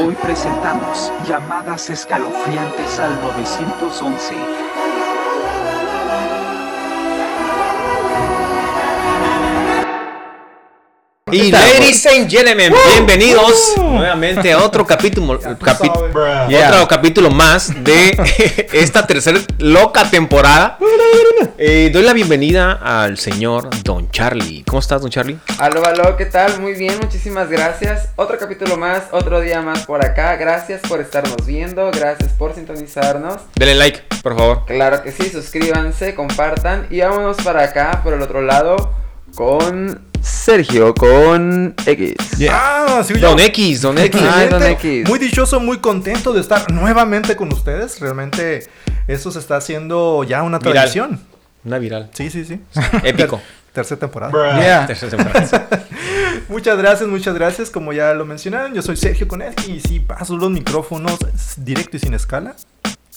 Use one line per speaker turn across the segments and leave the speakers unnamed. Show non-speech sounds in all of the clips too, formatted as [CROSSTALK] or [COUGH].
Hoy presentamos llamadas escalofriantes al 911.
Y ladies and gentlemen, bienvenidos nuevamente a otro capítulo, capi-
Yeah.
otro capítulo más de [LAUGHS] esta tercera loca temporada. Eh, doy la bienvenida al señor Don Charlie. ¿Cómo estás, Don Charlie?
Aló, aló, ¿qué tal? Muy bien, muchísimas gracias. Otro capítulo más, otro día más por acá. Gracias por estarnos viendo, gracias por sintonizarnos.
Denle like, por favor.
Claro que sí, suscríbanse, compartan y vámonos para acá, por el otro lado, con Sergio, con X.
Ah, sí,
Don
yo.
X, Don X.
Ay,
Realmente
Ah, Don X.
Muy dichoso, muy contento de estar nuevamente con ustedes. Realmente esto se está haciendo ya una
Viral.
tradición.
Una viral.
Sí, sí, sí.
[LAUGHS] Épico.
Ter- tercera temporada. [LAUGHS]
Yeah.
Tercera temporada.
Muchas gracias, muchas gracias. Como ya lo mencionaron, yo soy Sergio Conel y sí paso los micrófonos s- directo y sin escala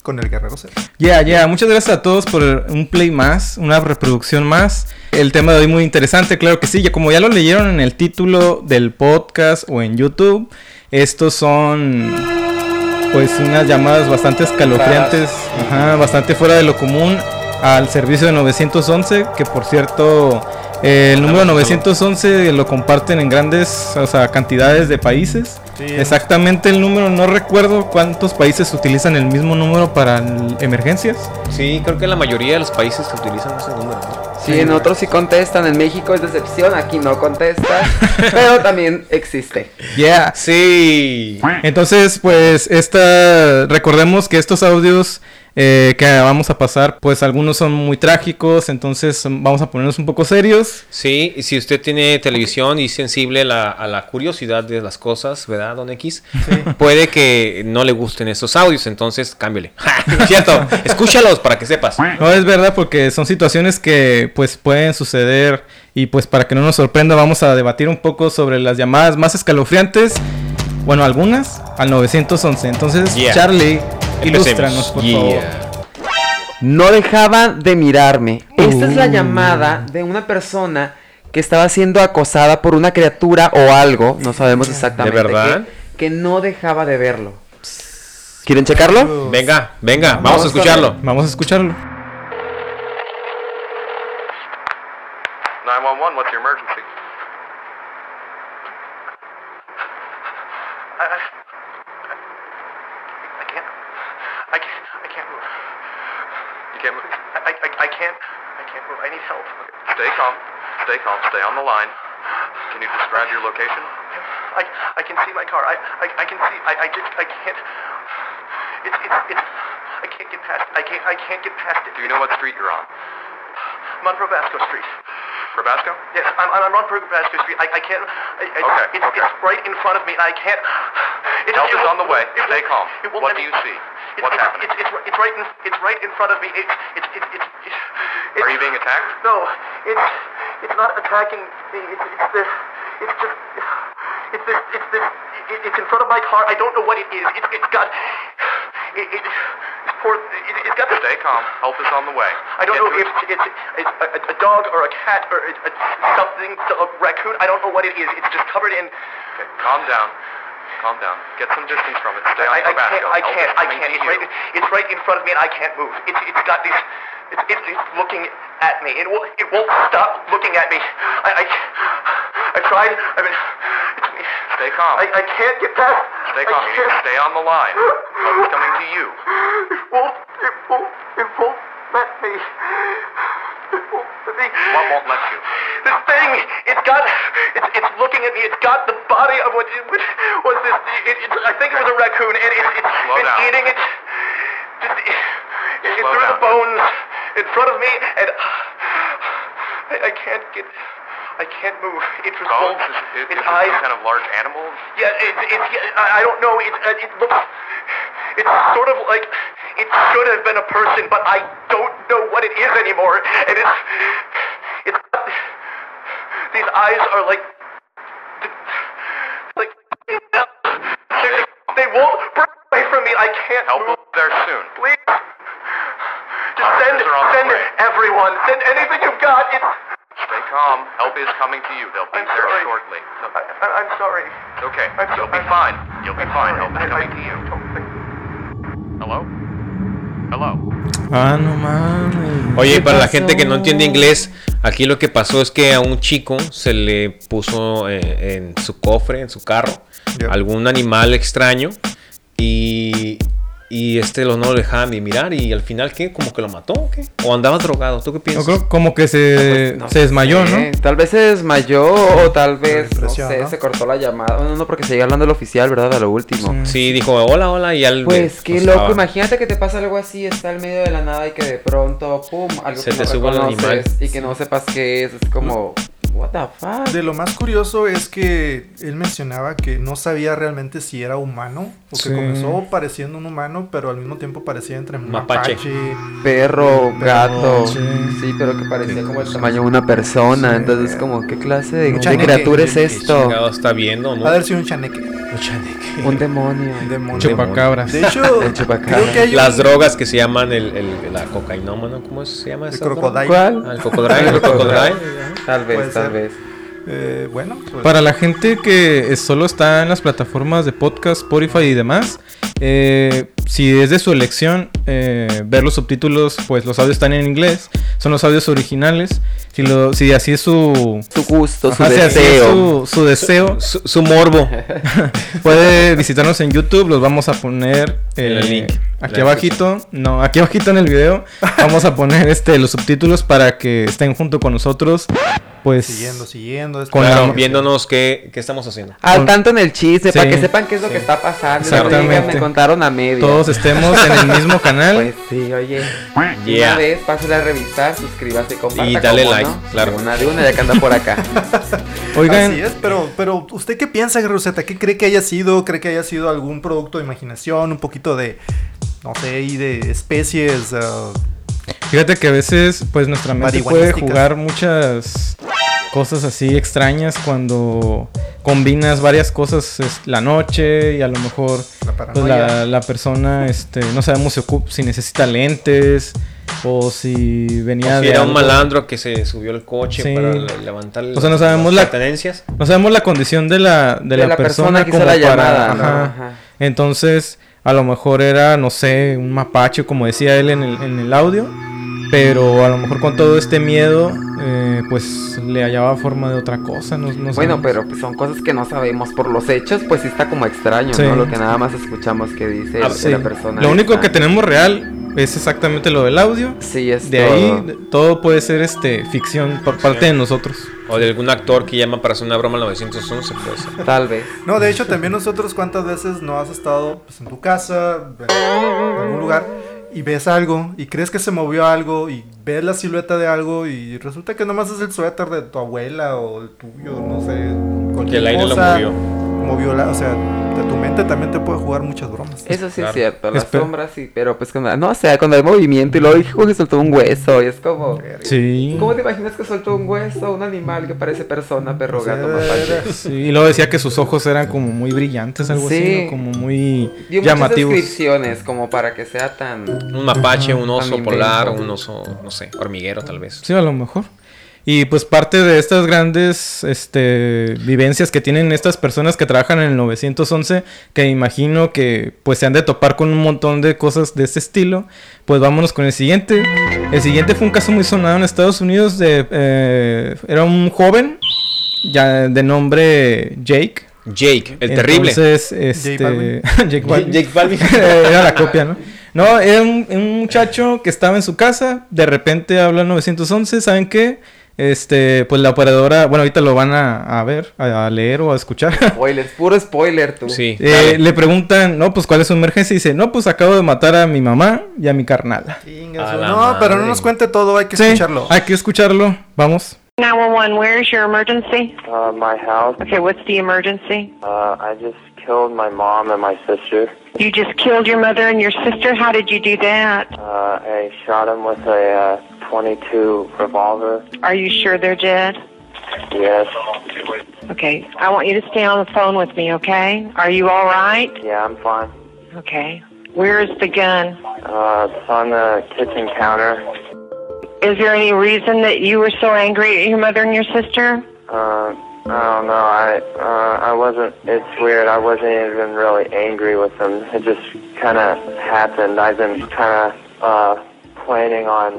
con el Guerrero Cero.
Yeah, yeah. Muchas gracias a todos por un play más, una reproducción más. El tema de hoy muy interesante, claro que sí. Ya como ya lo leyeron en el título del podcast o en YouTube, estos son pues unas llamadas bastante escalofriantes, ajá, bastante fuera de lo común al servicio de 911, que por cierto eh, el número 911 lo comparten en grandes, o sea, cantidades de países.
Sí,
Exactamente el número, no recuerdo cuántos países utilizan el mismo número para el- emergencias.
Sí, creo que la mayoría de los países que utilizan ese número. ¿no?
Sí, en otros sí contestan, en México es decepción, aquí no contesta,
[LAUGHS]
pero también existe.
Yeah.
Sí.
Entonces, pues, esta, recordemos que estos audios eh, que vamos a pasar, pues algunos son muy trágicos, entonces mm, vamos a ponernos un poco serios.
Sí, y si usted tiene televisión y es sensible la- a la curiosidad de las cosas, ¿verdad, don X? Puede que no le gusten esos audios, entonces cámbiale. [LAUGHS] ¿Cierto? Escúchalos para que sepas.
No es verdad porque son situaciones que pues pueden suceder y pues para que no nos sorprenda vamos a debatir un poco sobre las llamadas más escalofriantes, bueno, algunas al 911. Entonces,
Yeah.
Charlie,
Empecemos.
ilústranos, por
Yeah.
favor.
No dejaba de mirarme. Esta
Uh.
Uh.
es la llamada de una persona que estaba siendo acosada por una criatura o algo, no sabemos exactamente.
¿De verdad?
Que, que no dejaba de verlo. ¿Quieren checarlo?
Venga, venga, vamos, a escucharlo.
Vamos a escucharlo.
911, what's your emergency? I, I, I can't. I can't. I can't move. You can't move. I, I, I- I can't. I can't move. I need help. Stay calm. Stay calm. Stay on the line. Can you describe your location? I, I can see my car. I, I, I can see. I, I just. I can't. It's. It's. It's. I can't get past. I can't. I can't get past it. Do you know what street you're on? I'm on Probasco Street. Probasco? Yes, I'm, I'm on Probasco Street. I, I can't. I, I, okay, it's, it's right in front of me. I can't. It's, Help is on the way. Stay calm. What do you see? What's happening? It's, it's, ri- it's right in it's right in front of me. It's it's it's. it's, it's Are you being attacked? No, it's it's not attacking me. It's it's this. It's just. It's this. It's this. It, it's in front of my car. I don't know what it is. It's it's got. It, it, it's poor. It, it's got. Stay calm. Help is on the way. I don't know if it's, it's a, a- a dog or a cat or a, a something, a raccoon. I don't know what it is. It's just covered in. calm down. Calm down. Get some distance from it. Stay on I, I can't. I can't. I can't. It's right, it's right in front of me, and I can't move. It's it's got these. It's, it's, it's looking at me. It won't. It won't stop looking at me. I. I I tried. I mean. Stay calm. I, I can't get past. Stay calm. You need to stay on the line. It's coming to you. It won't. It won't. It won't let me. It won't let me. What won't let you? This thing. It's got. It's, it's looking at me. It's got the body of what? What was this? It, it, I think it was a raccoon, and it, it's it's eating it. Just, it, it through the bones in front of me, and uh, I, I can't get. I can't move. It was bones. It, its eyes. kind of large animal. Yeah, it, it, yeah, I I don't know. It, uh, it looks. It's sort of like it should have been a person, but I don't know what it is anymore. And it's. It's. These eyes are like. Like. They, they won't break away from me. I can't Help move. there soon. Please. Just send, send everyone. Send anything you've got. It's. Stay calm. calm. Help is coming to you. They'll be
I'm
there
sorry.
shortly. No,
I, I, I'm sorry.
it's okay.
I'm so-
You'll be
I'm-
fine. You'll be
I'm
fine.
sorry.
Help is
I- I
coming to you.
don't think-
Hello? Hello?
Ah, no mames.
Oye,
¿Qué
para la
pasó?
gente que no entiende inglés, aquí lo que pasó es que a un chico se le puso eh, en su cofre, en su carro,
Ya.
algún animal extraño y, y este lo no lo dejaban ni mirar y al final, ¿qué? ¿Como que lo mató o qué? ¿O andaba drogado? ¿Tú qué
Yo
piensas?
creo como que se,
No
se desmayó,
sé,
¿no?
Eh, Tal vez se desmayó o tal vez, no
depresión,
sé,
¿no?
se cortó la llamada. No, no, porque se llega hablando el oficial, ¿verdad? A lo último.
Sí, dijo, hola, hola y al...
Pues qué
pues,
loco,
estaba-
imagínate que te pasa algo así, está en medio de la nada y que de pronto, pum, algo
Se
que
te
no
sube el
reconoces
animal.
y que no sepas qué es, es como, what the fuck.
De lo más curioso es que él mencionaba que no sabía realmente si era humano, o que
Sí.
comenzó pareciendo un humano, pero al mismo tiempo parecía entre un
Mapache.
mapache.
Perro, gato,
sí.
sí, pero que parecía como el tamaño de una persona, entonces como, ¿qué clase de,
Mucha
de
gente
criatura es
que-
esto?
Chingado, está viendo, ¿no?
Ha de haber sido un chaneque.
Un demonio.
Un demonio.
Chupacabras.
De
[LAUGHS]
hecho,
El chupacabra.
creo que hay
Las
un-
drogas que se llaman el, el- la cocainómano, ¿cómo se llama
el
esa droga?
crocodile.
Ah,
¿Cuál?
el
[LAUGHS]
cocodrilo, el cocodrilo.
Tal
Puede
vez, tal
ser.
vez.
Eh, bueno, pues,
Para la gente que eh, solo está en las plataformas de podcast, Spotify y demás, eh, si es de su elección eh, ver los subtítulos, pues los audios están en inglés, son los audios originales. Si, lo, si así es su,
Su gusto, su
Ajá, si así es
deseo.
su- su deseo,
Su, su morbo.
[LAUGHS] Puede visitarnos en YouTube, los vamos a poner eh,
El link.
aquí
La
abajito. No, aquí abajito en el video vamos a poner este los subtítulos para que estén junto con nosotros, pues
siguiendo, siguiendo. esto-
Con la-
Claro, viéndonos qué, qué estamos haciendo.
Al tanto en el chisme, para
Sí,
que sepan qué es lo que está pasando. no digan,
Exactamente.
Me contaron a medio. [LAUGHS]
todos estemos en el mismo canal.
Pues sí, oye. Una
Yeah.
vez, pásale a revisar, suscríbase, comparta.
Y dale
cómo
like, claro.
De una de una, ya que anda por acá.
Oigan,
Así es, pero, pero ¿usted qué piensa, Rosetta? ¿Qué cree que haya sido? ¿Cree que haya sido algún producto de imaginación? Un poquito de, no sé, y de especies. ah,
fíjate que a veces pues nuestra mente puede
Marihuanísticas.
jugar muchas cosas así extrañas cuando combinas varias cosas es- la noche y a lo mejor
la
Pues
paranoia.
la, la persona, este, no sabemos si, ocup- si necesita lentes o si venía
O si
de
era un
algo.
malandro que se subió al coche
Sí.
para le- levantarle
O sea, no
las-
sabemos
las
la-
pertenencias.
No sabemos la condición de la, de la, persona,
que hizo
como
la
para-
llamada. ¿no?
ajá.
Ajá.
Entonces, a lo mejor era, no sé, un mapache, como decía él en el, en el audio. Pero a lo mejor con todo este miedo, eh, pues le hallaba forma de otra cosa. [LAUGHS] No, no
Bueno,
sabemos.
pero pues, son cosas que no sabemos por los hechos, pues sí está como extraño,
Sí.
¿no? Lo que nada más escuchamos que dice
Ah,
el-
sí.
la persona.
Lo único
esta.
que tenemos real es exactamente lo del audio.
Sí, es
De ahí todo puede ser este ficción por parte de nosotros.
O de algún actor que llama para hacer una broma al 911. Pues.
todo, Tal vez.
No, de hecho, también nosotros, ¿cuántas veces no has estado pues, en tu casa, en algún lugar, y ves algo, y crees que se movió algo, y ves la silueta de algo, y resulta que nomás es el suéter de tu abuela o el tuyo, no sé.
Que
cualquier
el aire lo
cosa,
movió.
movió la, o sea, de tu mente también te puede jugar muchas bromas.
Eso sí
Claro.
es cierto, las
Espe-
sombras sí, pero pues cuando, no, o sea, cuando hay movimiento y luego dijo que soltó un hueso y es como...
Sí.
¿Cómo te imaginas que soltó un hueso, un animal que parece persona, perro,
O sea,
gato, mapache?
Sí, y luego decía que sus ojos eran como muy brillantes, algo así,
Sí.
¿no? como muy
Dio
llamativos.
muchas descripciones como para que sea tan...
Un mapache, un
Ah,
oso
mi
polar,
invento.
un oso, no sé, hormiguero tal vez.
Sí, a lo mejor. Y pues parte de estas grandes este, vivencias que tienen estas personas que trabajan en el 911, que imagino que pues se han de topar con un montón de cosas de este estilo, pues vámonos con el siguiente. El siguiente fue un caso muy sonado en Estados Unidos de... eh, era un joven ya de nombre Jake.
Jake, el terrible.
Entonces, este...
Balvin.
[LAUGHS] Jake Balvin.
Balvin.
[LAUGHS] era la copia, ¿no? No, era un, un muchacho que estaba en su casa, de repente habla al 911, ¿saben qué? Este, pues la operadora, bueno, ahorita lo van a, a ver, a, a leer o
[LAUGHS]
a escuchar. [LAUGHS]
Spoilers, puro spoiler tú.
Sí,
Eh,
dale.
le preguntan, no, pues cuál es su emergencia. Y dice, no, pues acabo de matar a mi mamá y a mi carnal.
Chinga
A
su-
la
No, pero no
madre.
nos cuente todo, hay que
Sí,
escucharlo.
Hay que escucharlo, vamos.
911, where is your emergency?
Uh, my house.
Okay, what's the emergency?
Uh, I just killed my mom and my sister.
You just killed your mother and your sister. How did you do that?
Uh, I shot him with a uh, 22 revolver.
Are you sure they're dead?
Yes.
Okay, I want you to stay on the phone with me, okay? Are you all right?
Yeah, I'm fine.
Okay. Where is the gun?
Uh, it's on the kitchen counter.
Is there any reason that you were so angry at your mother and your sister?
Uh, I don't know. I uh, I wasn't. It's weird. I wasn't even really angry with them. It just kind of happened. I've been kind of uh, planning on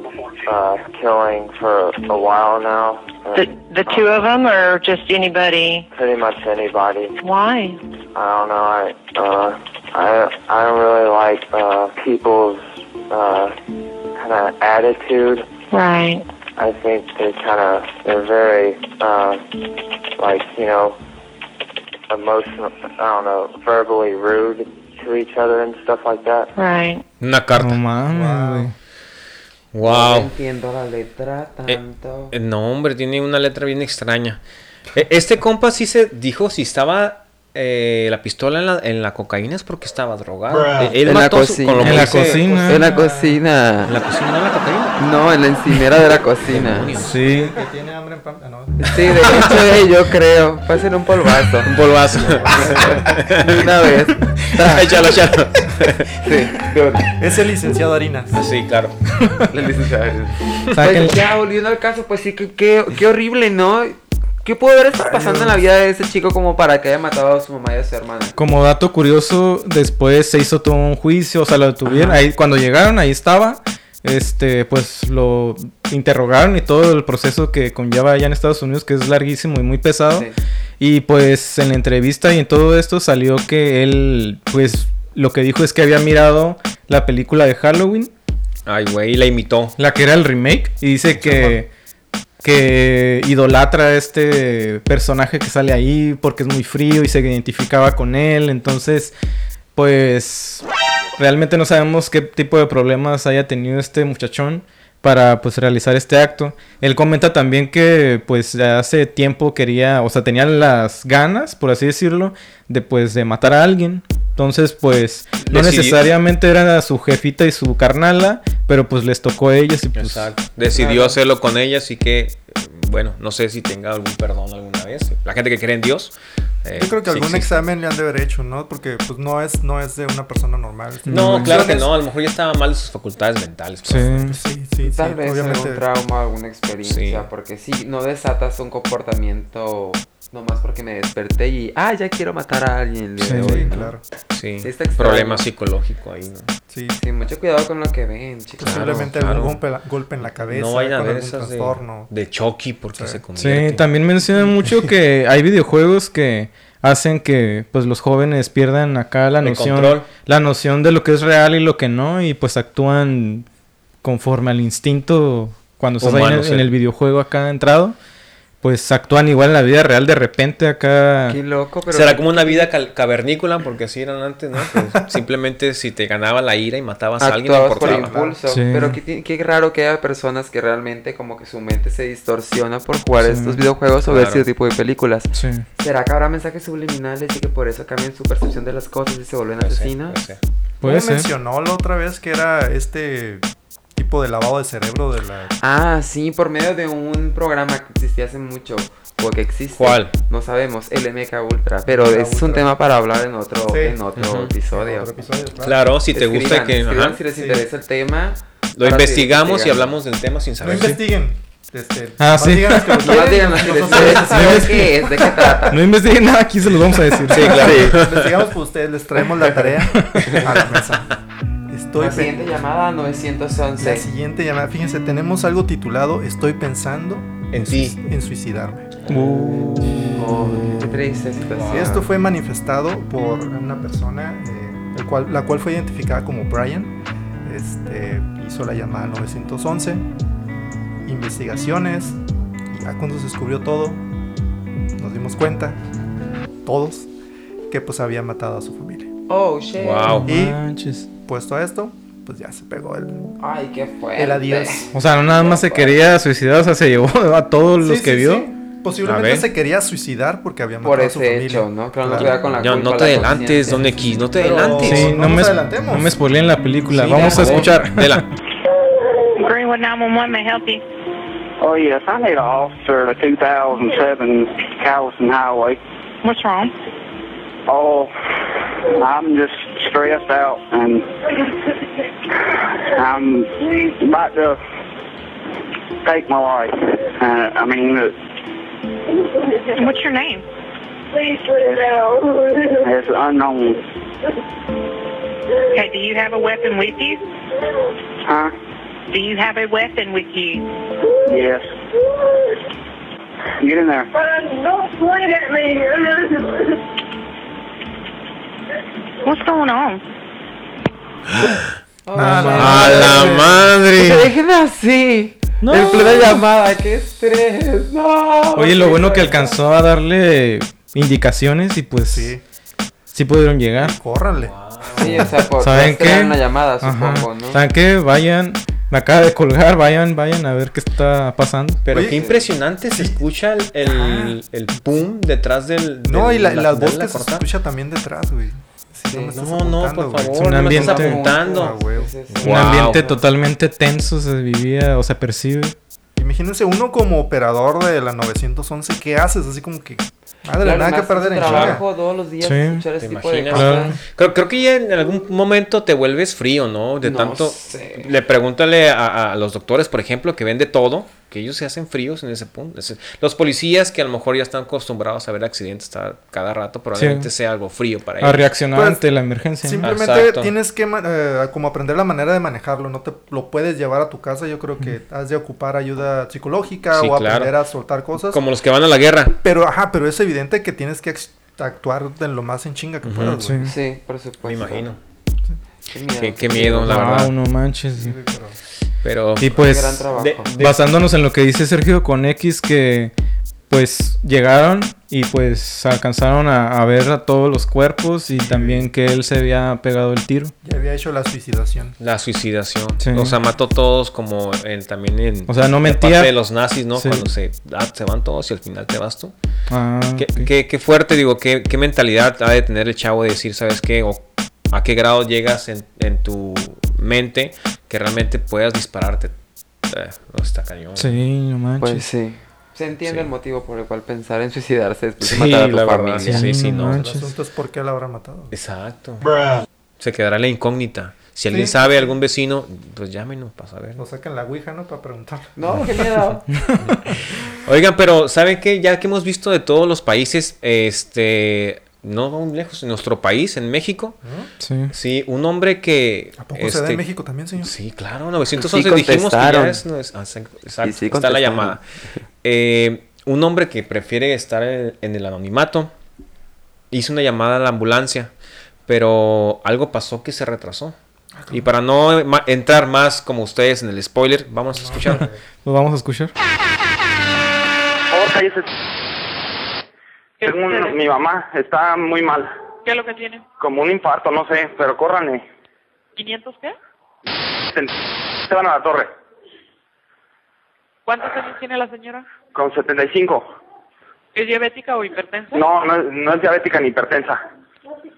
uh, killing for a while now. Uh,
The the two of them, or just anybody?
pretty much anybody.
Why?
I don't know. I uh, I I don't really like uh, people's uh, kind of attitude.
Right.
I think they kind of they're very uh, like you know emotional. I don't know, verbally rude to each other and stuff like that.
Right.
Una
No
carta.
mames, güey.
No
Wow.
entiendo la letra
Eh,
tanto.
eh, no, hombre, tiene una letra bien extraña. Eh, Este compa sí se dijo si estaba eh, la pistola en la, en la cocaína es porque estaba drogado. Eh, Él
En la
mató su-
cocina.
con lo que
En la
dice-
cocina.
en la cocina.
En la cocina de la cocaína.
No, en la encimera de la cocina.
Sí.
Que tiene hambre en pan. Ah, no.
Sí, de hecho, eh, yo creo. Pasen un polvazo. [LAUGHS]
Un polvazo.
De una
[LAUGHS]
vez. Tra.
Échalo, échalo.
Sí, de una.
Es el licenciado Harinas.
Sí, claro.
La licenciada.
Sáquenle.
Pues ya, volviendo al caso, pues sí, que- qué, qué horrible, ¿no? ¿Qué puede haber estado pasando en la vida de ese chico como para que haya matado a su mamá y a su hermana?
Como dato curioso, después se hizo todo un juicio, o sea, lo detuvieron. Ahí, cuando llegaron, ahí estaba. Este, pues lo interrogaron y todo el proceso que conlleva allá en Estados Unidos, que es larguísimo y muy pesado.
Sí.
Y pues en la entrevista y en todo esto salió que él, pues lo que dijo es que había mirado la película de Halloween,
Ay, güey, la imitó.
la que era el remake, y dice que, que idolatra a este personaje que sale ahí porque es muy frío y se identificaba con él. Entonces, pues realmente no sabemos qué tipo de problemas haya tenido este muchachón para pues realizar este acto. Él comenta también que pues ya hace tiempo quería, o sea, tenía las ganas, por así decirlo, de pues de matar a alguien. Entonces, pues no
Decidió.
necesariamente era su jefita y su carnala, pero pues les tocó a ellas y pues
Exacto. Decidió hacerlo con ella, así que, eh, bueno, no sé si tenga algún perdón alguna vez. La gente que cree en Dios. eh,
Yo creo que
sí
algún
existe.
examen le han de haber hecho, ¿no? Porque pues no es, no es de una persona normal.
No,
Mm.
claro que no. A lo mejor ya estaba mal de sus facultades mentales.
sí.
pues.
Sí, sí, sí.
Tal vez
obviamente.
algún trauma, alguna experiencia,
Sí.
porque sí, no desatas un comportamiento nomás porque me desperté y, ah, ya quiero matar a alguien. el día de
Sí,
hoy",
Sí,
¿no?
claro.
Sí.
Está extraño.
Problema psicológico ahí, ¿no?
Sí,
Sí, mucho cuidado con lo que ven, chicos.
Claro,
posiblemente
claro.
algún golpe, golpe en la cabeza,
no vayan a
con
ver
algún
esas de,
trastorno.
de Chucky porque
Sí.
se
Sí,
convierte.
también mencionan mucho
[LAUGHS]
que hay videojuegos que hacen que pues los jóvenes pierdan acá la
El
noción,
control.
la noción de lo que es real y lo que no y pues actúan conforme al instinto cuando estás ahí en,
Humano,
el-
sí.
en el videojuego acá entrado, pues actúan igual en la vida real de repente acá.
Qué loco, pero...
Será como una vida cal- cavernícola, porque así eran antes, ¿no?
[LAUGHS]
Pues, simplemente si te ganaba la ira y matabas a alguien, no
Actuabas por
importaba.
impulso.
Sí.
Pero qué, ti- qué raro que haya personas que realmente como que su mente se distorsiona por jugar
Sí.
estos videojuegos o ver
Claro.
cierto tipo de películas.
Sí.
¿Será que habrá mensajes subliminales y que por eso cambian su percepción de las cosas y se vuelven
Puede ser,
asesinos?
puede ser.
Puede
Puede
ser.
mencionó la otra vez que era este tipo de lavado de cerebro de la...
Ah, sí, por medio de un programa que existía hace mucho o que existe.
¿Cuál?
No sabemos, el MK Ultra, pero
MK
es un
Ultra.
tema para hablar en otro
Sí.
en otro
Ujú.
episodio.
otro episodio, claro.
Claro, si te
Escriban,
gusta que...
escriban
ajá.
si les
Sí.
interesa el tema.
Lo
Ahora sí,
investigamos y
investigan.
hablamos del tema sin
No
saber.
investiguen. Este,
Ah,
nomás
sí.
díganos
[LAUGHS]
que lo
Nomás
quieren,
díganos si les
nosotros
interesa saber qué es, de
[LAUGHS]
qué trata.
No investiguen nada, aquí se los vamos a decir.
Sí, claro.
Investigamos por pues, ustedes, les traemos la tarea a la mesa. Estoy
La siguiente
pen-
llamada
La
911.
siguiente llamada, fíjense, tenemos algo titulado Estoy pensando
En
sui-
ti.
en suicidarme.
Oh, qué triste situación.
Esto fue manifestado por una persona, eh, el cual, la cual fue identificada como Brian. Este, hizo la llamada 911, investigaciones, y ya cuando se descubrió todo, nos dimos cuenta, todos, que pues había matado a su familia.
Oh, shit.
Wow.
Y
Manches.
puesto a esto, pues ya se pegó el,
Ay, qué fuerte.
el adiós.
O sea, no nada más se quería suicidar, o sea, se llevó [LAUGHS] a todos los
Sí,
que
sí,
vio.
sí.
A
Posiblemente
ver.
se quería suicidar porque había matado
Por
a su
ese
familia.
hecho, ¿no? Claro, no
Claro.
queda con la
No,
culpa,
no
la
te adelantes,
conciencia.
Don X, no te
Pero-
adelantes.
Sí,
No
no,
nos
me,
adelantemos.
no me spoileen la película.
Sí,
Vamos a
por favor.
escuchar.
Dela.
Greenwood 911 may help you.
Oh yes, I need an officer at 2007 Callison Highway.
What's wrong?
Oh, I'm just stressed out and I'm about to
escaped my life. Uh, I mean, look,
What's your name?
Please put it out. It's unknown.
Okay, do you have a weapon with you?
Huh?
Do you have a weapon with you?
Yes. Get in there. Don't point at me.
What's
[GASPS]
going on?
A la
Que te
madre.
dejen así.
No.
En plena llamada, qué estrés. No.
[LAUGHS] Oye, lo bueno que alcanzó a darle indicaciones y pues sí,
Sí,
pudieron llegar.
córrale.
Sí, o sea, por
[LAUGHS] ¿Saben
por esperar
qué?
una llamada,
Ajá.
supongo, ¿no?
¿Saben qué? Vayan. Me acaba de colgar. Vayan, vayan a ver qué está pasando.
Pero
Oye,
qué impresionante se escucha el, el, el boom detrás del.
No,
del-
y la,
la-
las
de la
voces se
corta.
escucha también detrás, güey. Sí, me estás
No, no,
apuntando,
por
güey.
favor, no me
ambiente.
estás
Ah,
apuntando.
güey.
Sí, sí, sí.
Un
Wow.
ambiente totalmente tenso se vivía o se percibe.
Imagínense uno como operador de la 911, ¿qué haces? Así como que, madre,
Claro,
nada que
más
perder en chinga.
trabajo todos los días
Sí.
escuchar
¿Te
ese tipo de
imaginas?
cosas.
Claro.
Creo, creo que ya en algún momento te vuelves frío, ¿no? De
No
tanto.
sé.
Le pregúntale a, a los doctores, por ejemplo, que ven de todo, que ellos se hacen fríos en ese punto. Es- Los policías que a lo mejor ya están acostumbrados a ver accidentes ta- cada rato, probablemente sea algo frío para
A
ellos.
reaccionar
Pues,
ante la emergencia. ¿no?
Simplemente
Exacto.
tienes que ma- eh, como aprender la manera de manejarlo, no te lo puedes llevar a tu casa, yo creo que has de ocupar ayuda psicológica
Sí,
o
claro.
aprender a soltar cosas.
Como los que van a la guerra.
Pero, ajá, pero es evidente que tienes que ex- actuar de lo más en chinga que puedas,
Sí.
güey.
Sí, por supuesto.
Me imagino.
Qué miedo.
Qué, qué miedo, la
Wow,
verdad.
no manches.
Sí, güey, pero-
Pero.
Y
gran
pues,
trabajo.
de- de-
basándonos en lo que dice Sergio con X, que pues llegaron y pues alcanzaron a, a ver a todos los cuerpos y también que él se había pegado el tiro.
Ya había hecho la suicidación.
La suicidación.
Sí.
O sea, mató todos como en- también en...
O sea, no
de
mentía.
parte de los nazis, ¿no?
Sí.
Cuando se, ah, se van todos y al final te vas tú.
Ah,
Qué,
ok.
qué- qué fuerte, digo, qué, qué mentalidad ha de tener el chavo de decir, ¿sabes qué? O a qué grado llegas en, en tu mente que realmente puedas dispararte. Eh, no está cañón.
Sí, no manches.
Pues sí. Se entiende
Sí.
el motivo por el cual pensar en suicidarse después
Sí,
de matar a tu
la verdad,
familia.
sí, sí, sí,
No
no.
manches.
El asunto es por qué la habrá matado. Pues,
Exacto. Se quedará la incógnita. Si alguien
Sí.
sabe, algún vecino, pues llámenos para saber.
Lo sacan la ouija, ¿no? Para preguntar. Pues
No, qué
[LAUGHS]
miedo.
Oigan, pero ¿saben qué? Ya que hemos visto de todos los países, este, no vamos lejos, en nuestro país, en México,
Sí.
sí, un hombre que...
¿A poco se da
este,
en México también, señor?
Sí, claro, 911
Sí
dijimos que
contestaron.
ya es... no es- ah, exacto, exacto,
Y sí
está la
contestaron.
llamada. Eh, un hombre que prefiere estar en, en el anonimato hizo una llamada a la ambulancia, pero algo pasó que se retrasó.
Ah,
Y para no ma- entrar más como ustedes en el spoiler, vamos a escuchar.
Lo vamos a escuchar.
Oh, cállese. Tengo un- mi mamá está muy mal,
¿Qué es lo que tiene?
como un infarto, no sé, pero córranle.
¿500 qué?
Se, se van a la torre,
¿Cuántos años tiene la señora?
con 75.
¿Es diabética o hipertensa?
No, no, es- no es diabética ni hipertensa.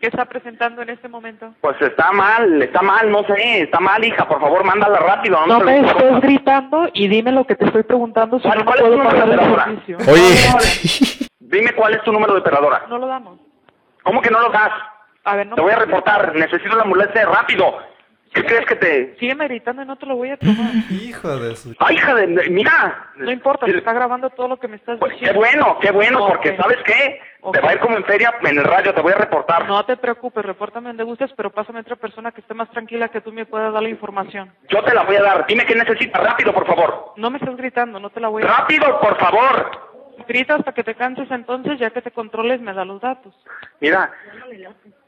¿Qué está presentando en este momento?
Pues está mal, está mal, no sé, está mal, hija, por favor, mándala rápido.
No
te
me
lo-
estés gritando y dime lo que te estoy preguntando si
¿Cuál-
no no
cuál pues, es tu
puedo
número
pasar
de
el
operadora?
servicio.
Oye,
Dime cuál es tu número de operadora.
No lo damos.
¿Cómo que no lo das?
A ver, no.
Te voy a reportar, necesito la ambulancia rápido. ¿Qué crees que te...?
Sígueme gritando y no te lo voy a tomar.
Hijo de su...
¡Ay, hija de... Mira!
No importa,
Sí,
se está grabando todo lo que me estás
pues, qué
diciendo.
bueno, qué bueno,
Ok.
porque ¿sabes qué?
Ok.
Te va a ir como en feria en el radio, te voy a reportar.
No te preocupes, repórtame donde gustes, pero pásame otra persona que esté más tranquila que tú me puedas dar la información.
Yo te la voy a dar. Dime qué necesitas, rápido, por favor.
No me estás gritando, no te la voy a dar.
¡Rápido, por favor!
Grita hasta que te canses, entonces ya que te controles me da los datos.
Mira.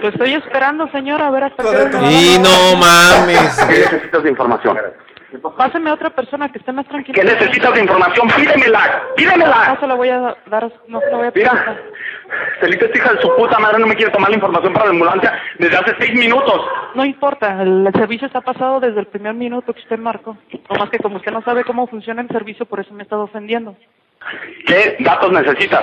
Lo
estoy esperando, señora, a ver hasta qué hora me va a
Y
dar.
no mames.
¿Qué necesitas de información?
Pásame a otra persona que esté más tranquila.
¿Qué necesitas de información? Pídemela, pídemela.
No se la voy a dar, no se la voy a
Mira.
preguntar.
Celita es hija de su puta madre, no me quiere tomar la información para la ambulancia desde hace seis minutos.
No importa, el servicio está pasado desde el primer minuto que usted marcó. Nomás que como usted no sabe cómo funciona el servicio, por eso me ha estado ofendiendo.
¿Qué datos necesitas?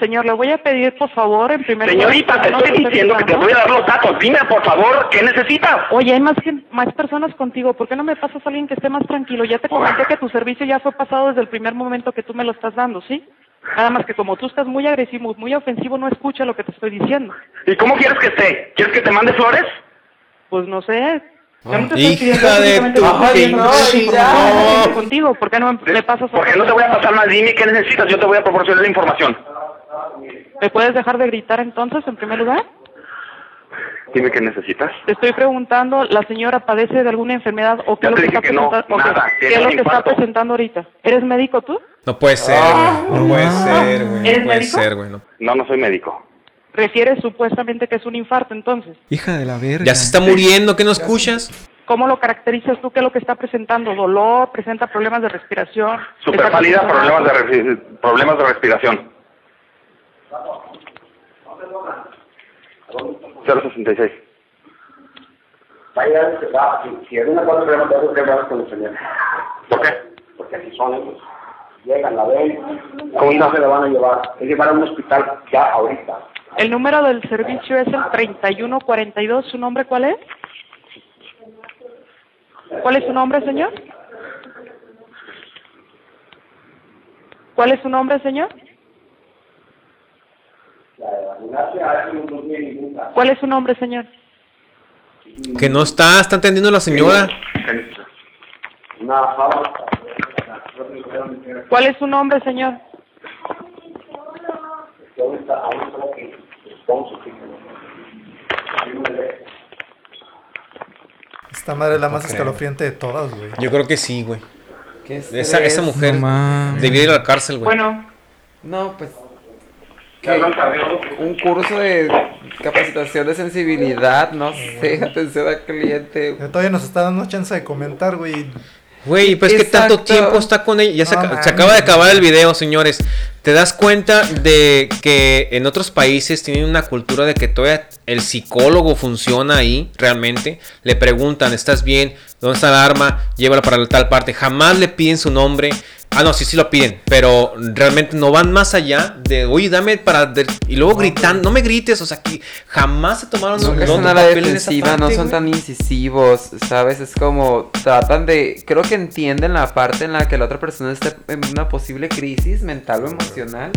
Señor, le voy a pedir, por favor, en primer
Señorita, te
no
estoy
se
diciendo que te voy a dar los datos. Dime, por favor, ¿qué necesitas?
Oye, hay más, gen- más personas contigo. ¿Por qué no me pasas a alguien que esté más tranquilo? Ya te comenté que tu servicio ya fue pasado desde el primer momento que tú me lo estás dando, ¿sí? Nada más que como tú estás muy agresivo, muy ofensivo, no escucha lo que te estoy diciendo.
¿Y cómo quieres que esté? ¿Quieres que te mande flores?
Pues no sé. Yo no te estoy pidiendo
Hija de
absolutamente
tu
nada.
pinche-
No, no, no, contigo, ¿por qué no me, me pasas a
¿Por qué no te voy a pasar nada? Dime qué necesitas, yo te voy a proporcionar la información.
¿Me puedes dejar de gritar entonces, en primer lugar?
Dime qué necesitas.
Te estoy preguntando, ¿la señora padece de alguna enfermedad o qué
Ya
es lo
te
que
dije
está
que no,
presentando? Ok,
nada,
¿Qué
tiene
es lo
un
que está
infarto.
presentando ahorita? ¿Eres médico tú?
No
Ah.
puede ser, güey. No puede ser, güey. No
¿Eres
puede
médico?
ser, güey. no.
No, no soy médico.
Refieres supuestamente que es un infarto, entonces.
Hija de la verga.
Ya se está muriendo, ¿qué no escuchas?
¿Cómo lo caracterizas tú? ¿Qué es lo que está presentando? ¿Dolor? ¿Presenta problemas de respiración?
Super
¿Está
pálida,
presentando-
problemas de, re- problemas de respiración. 066.
Vaya, se va, si, si alguna cosa queremos hacer, ¿qué vas con el señor?
¿Por qué?
Porque así son ellos. Llegan, la ven,
¿Cómo
y no
está?
se la van a llevar. Es llevar a un hospital ya ahorita.
El número del servicio es el 3142. ¿Su nombre cuál es? ¿Cuál es su nombre, señor? ¿Cuál es su nombre, señor? ¿Cuál es su nombre, señor?
Que no está, está atendiendo la señora.
Nada, vamos.
¿Cuál es su nombre, señor?
Que ahorita, ahorita, que son sus hijos. Así me ve.
Esta madre es la más
Ok.
escalofriante de todas, güey.
Yo creo que sí, güey.
¿Qué
Esa,
estrés?
esa mujer
No mames.
debió ir a la cárcel, güey.
Bueno,
No, pues. ¿qué? Un curso de capacitación de sensibilidad, no sé, [LAUGHS] atención al cliente.
Ya Todavía nos está dando chance de comentar, güey.
Güey, pues que tanto
Exacto.
tiempo está con ella. Ya se,
No
aca- se
mames.
acaba de acabar el video, señores. Te das cuenta de que en otros países tienen una cultura de que todavía el psicólogo funciona ahí realmente. Le preguntan, ¿estás bien? ¿Dónde está la arma? Llévala para tal parte. Jamás le piden su nombre. Ah, no, sí, sí lo piden, pero realmente no van más allá de, oye, dame para... de-". y luego gritan, no me grites, o sea, que jamás se tomaron
Nunca
no,
están
tu
a la
papel en esa
defensiva, no
parte,
son
güey.
tan incisivos, ¿sabes? Es como tratan de. Creo que entienden la parte en la que la otra persona está en una posible crisis mental o emocional.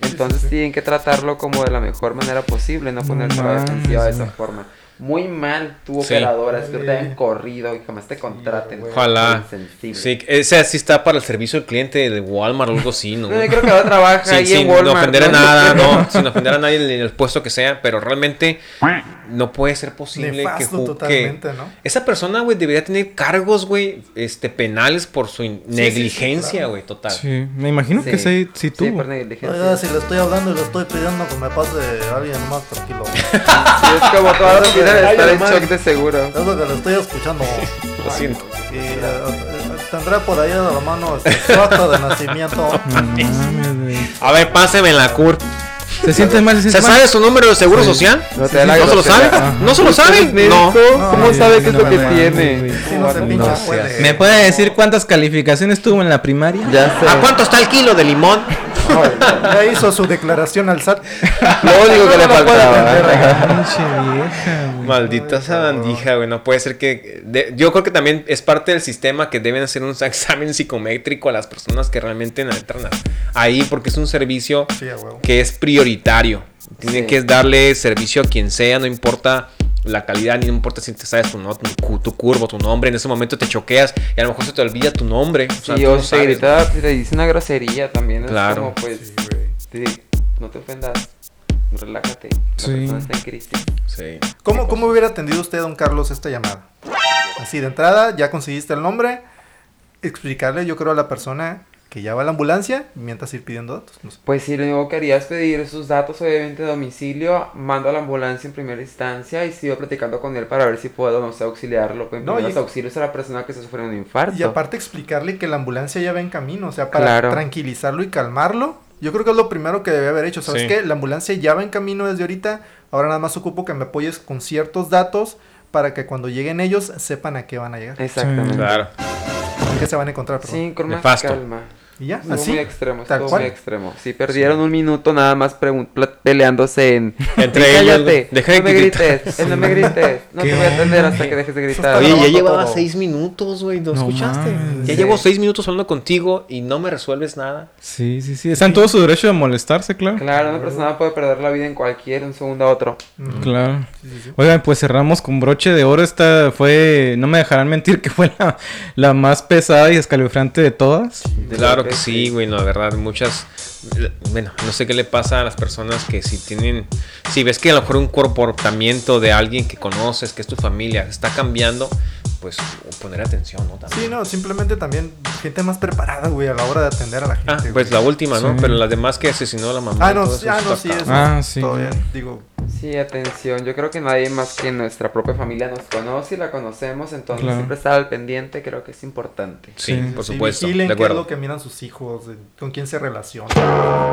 Entonces tienen que tratarlo como de la mejor manera posible, no
No
ponerse a la
mames,
defensiva de esa
güey.
forma. Muy mal tu
Sí.
operadora, espero te hayan corrido y jamás te contraten.
Ojalá.
Insensible.
Sí, ese sí está para el servicio al cliente de Walmart o algo así,
[LAUGHS]
¿no?
No, yo Eh, creo que ahora trabaja
Sin-
ahí
sin
en Walmart.
ofender a
¿no? [LAUGHS]
nada, no, sin ofender a nadie en el puesto que sea, pero realmente no puede ser posible que,
Nefasto
ju-
totalmente,
que-
¿no?
esa persona, güey, debería tener cargos, güey, este, penales por su in-
sí, sí,
negligencia,
claro.
güey, total.
Sí, me imagino que sí, sí
Sí,
tuvo.
por negligencia.
Oiga, si le estoy hablando y le estoy pidiendo que me pase a alguien más tranquilo. güey.
Sí, es como toda la
Ay,
oficina de estar en
madre.
shock de seguro.
Es lo que le estoy escuchando.
Lo siento.
Y eh, eh, tendrá por ahí a la mano este, su acta de [LAUGHS] nacimiento.
No mames, güey.
A ver, páseme la cur.
[LAUGHS]
Se siente mal, se siente
¿Se
mal.
sabe su número de seguro
Sí.
social?
No te da la
¿No se lo sabe?
grosería. Ajá.
¿No se lo
¿Usted
sabe?
es
No.
médico? ¿Cómo
Ay,
sabe qué es
no
lo que
mames,
tiene?
güey.
Si no se pinche
seas-
puede.
¿Me puede decir cuántas calificaciones tuvo en la primaria?
Ya sé.
Ah,
¿A cuánto está el kilo de limón?
Ya hizo su declaración al SAT.
Lo único que le faltaba.
Pinche vieja, güey.
Maldita esa bandija, güey. No puede ser que. de- yo creo que también es parte del sistema que deben hacer un [LAUGHS] examen psicométrico a las personas que realmente entran a- ahí, porque es un servicio
Sí, a huevo.
que es prioritario. Tienen
Sí.
que darle servicio a quien sea, no importa la calidad, ni no importa si te sabes tu, no- tu, cu- tu curvo, tu nombre. En ese momento te choqueas y a lo mejor se te olvida tu nombre. O sea,
Si
tú
yo
no
se
sabes,
grita, si te dice una grosería también. Es
Claro.
como, pues, sí, no te ofendas. Relájate. La
Sí.
persona está en crisis.
¿no? Sí.
¿Cómo, ¿Cómo hubiera atendido usted, don Carlos, esta llamada? Así de entrada, ya conseguiste el nombre, explicarle, yo creo, a la persona que ya va la ambulancia mientras ir pidiendo datos. No sé.
Pues si luego querías pedir sus datos, obviamente de domicilio, mando a la ambulancia en primera instancia y sigo platicando con él para ver si puedo, no sé, auxiliarlo. Pues,
No,
no,
y-
los auxilios a la persona que está sufriendo un infarto.
Y aparte explicarle que la ambulancia ya va en camino, o sea, para
Claro.
tranquilizarlo y calmarlo. Yo creo que es lo primero que debe haber hecho, ¿sabes
Sí.
qué? La ambulancia ya va en camino desde ahorita, ahora nada más ocupo que me apoyes con ciertos datos para que cuando lleguen ellos sepan a qué van a llegar.
Exactamente.
Claro.
¿Qué se van a encontrar? perdón.
Sí, con más
Nefasto.
calma.
¿Y ya?
Estuvo
¿Así?
muy extremo,
Tal
estuvo
cual.
muy extremo. Sí, perdieron un minuto nada más pregun- pla- peleándose en...
Entre
"Ey,
ellos,
cállate,
deja de
no me
gritar".
grites, eh, no [LAUGHS]
[LAUGHS]
me grites, no te voy a atender hasta que dejes de gritar.
Oye, ya llevaba
llevaba
seis minutos, güey. ¿No,
No
escuchaste?
mames.
Ya
Sí.
llevo seis minutos hablando contigo y no me resuelves nada.
Sí, sí, sí. Está en todo su derecho de molestarse, claro.
Claro, una persona puede perder la vida en cualquier, un segundo a otro.
Claro.
Sí, sí, sí.
Oigan, pues cerramos con broche de oro. Esta fue, no me dejarán mentir, que fue la, la más pesada y escalofriante de todas.
Claro que sí, güey, la verdad, muchas... Bueno, no sé qué le pasa a las personas que si tienen... Si ves que a lo mejor un comportamiento de alguien que conoces, que es tu familia, está cambiando, pues poner atención, ¿no? También.
Sí, no, simplemente también gente más preparada, güey, a la hora de atender a la gente.
Ah,
güey.
pues la última, ¿no?
Sí.
Pero las demás que asesinó a la mamá.
Ah,
y
no,
todo
sí,
eso
ah,
está
no, sí,
cabrón.
eso.
Ah, sí.
Todavía, digo,
Sí, atención, yo creo que nadie más que nuestra propia familia nos conoce y la conocemos, entonces
Claro.
siempre estar al pendiente creo que es importante.
Sí,
Sí,
por
sí,
supuesto,
vigilen
de
qué es
acuerdo.
lo que miran sus hijos, eh, con quién se relacionan.
Claro,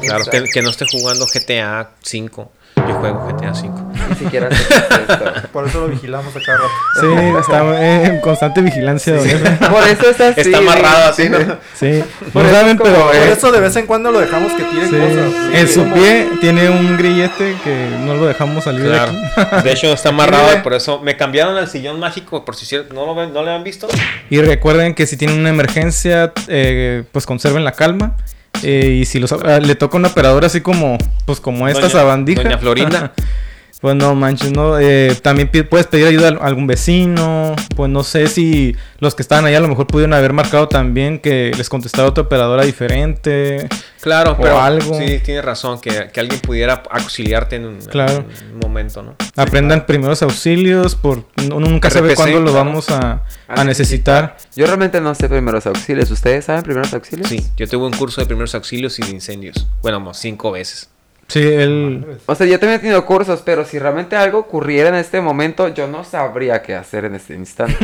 que,
Exacto.
que no esté jugando GTA 5. Yo juego GTA 5.
Ni siquiera se
[LAUGHS]
contesta.
[LAUGHS] Por eso lo vigilamos a cada rato. [LAUGHS]
Sí, [LAUGHS] está eh, en constante vigilancia. Sí,
Por eso es así.
Está amarrado así, ¿no?
sí.
Por
no
eso es
saben,
como,
pero
Por
eh,
eso de vez en cuando lo dejamos que tire
sí,
cosas.
en su pie tiene un grillete que no lo dejamos salir de
Claro.
aquí.
De hecho, está amarrado y por eso me cambiaron al sillón mágico. Por si cier- no lo, ven- no lo han visto.
Y recuerden que si tienen una emergencia, eh, pues conserven la calma. Eh, y si los, ah, le toca una operadora así como, pues como esta
Doña-
sabandija.
Doña Florinda.
[LAUGHS] pues no manches, ¿no? Eh, también pi- puedes pedir ayuda a algún vecino. Pues no sé si los que estaban allá a lo mejor pudieron haber marcado también que les contestara otra operadora diferente.
Claro,
O
pero
algo.
sí, tienes razón, que, que alguien pudiera auxiliarte en un,
Claro.
en un momento, ¿no?
Aprendan primeros auxilios, por uno nunca sabe
RPC,
cuándo lo
claro.
vamos a,
A
a necesitar.
Yo realmente no sé primeros auxilios. ¿Ustedes saben primeros auxilios?
Sí, yo tuve un curso de primeros auxilios y de incendios. Bueno, como cinco veces.
Sí, el...
O sea, yo también he tenido cursos, pero si realmente algo ocurriera en este momento, yo no sabría qué hacer en este
[LAUGHS]
instante.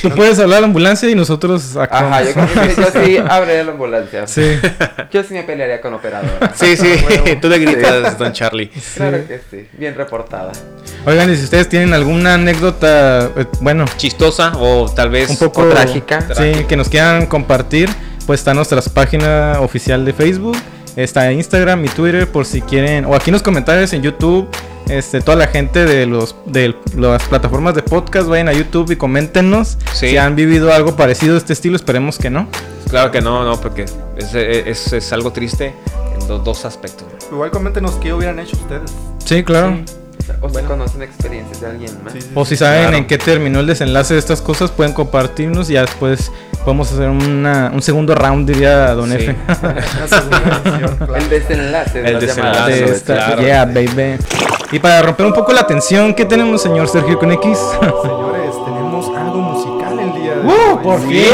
Tú puedes hablar a la ambulancia y nosotros actuamos.
Ajá, yo creo que sí, yo
[LAUGHS]
[LAUGHS]
sí abriría la ambulancia.
Sí.
[LAUGHS] Yo sí me pelearía con operadora.
Sí, sí,
[LAUGHS]
[LAUGHS] tú le gritas, don Charlie.
Claro que sí, bien reportada.
Oigan, y si ustedes tienen alguna anécdota, eh, bueno,
Chistosa o tal vez...
un poco
o trágica.
sí, que nos quieran compartir, pues está nuestra página oficial de Facebook, está Instagram y Twitter por si quieren, o aquí en los comentarios en YouTube, este, toda la gente de los de las plataformas de podcast, vayan a YouTube y coméntenos
Sí.
si han vivido algo parecido a este estilo, esperemos que no.
Claro que no, no, porque es, es- es algo triste en do- dos aspectos.
Igual coméntenos qué hubieran hecho ustedes.
Sí, claro.
O si conocen experiencias de alguien más.
Sí, sí,
O
sí.
si saben
Claro.
en qué terminó el desenlace de estas cosas, pueden compartirnos y ya después podemos hacer una- un segundo round, diría Don
Sí. [LAUGHS]
F.
Una segunda versión, claro.
El desenlace de
El
las
desenlace,
llamadas.
de
güey,
esta-
claro.
yeah, baby. Y para romper un poco la tensión, ¿qué tenemos, señor Sergio
[LAUGHS]
con X?
Señores, tenemos algo musical el día de
¡Uh,
hoy.
por
Sí.
fin!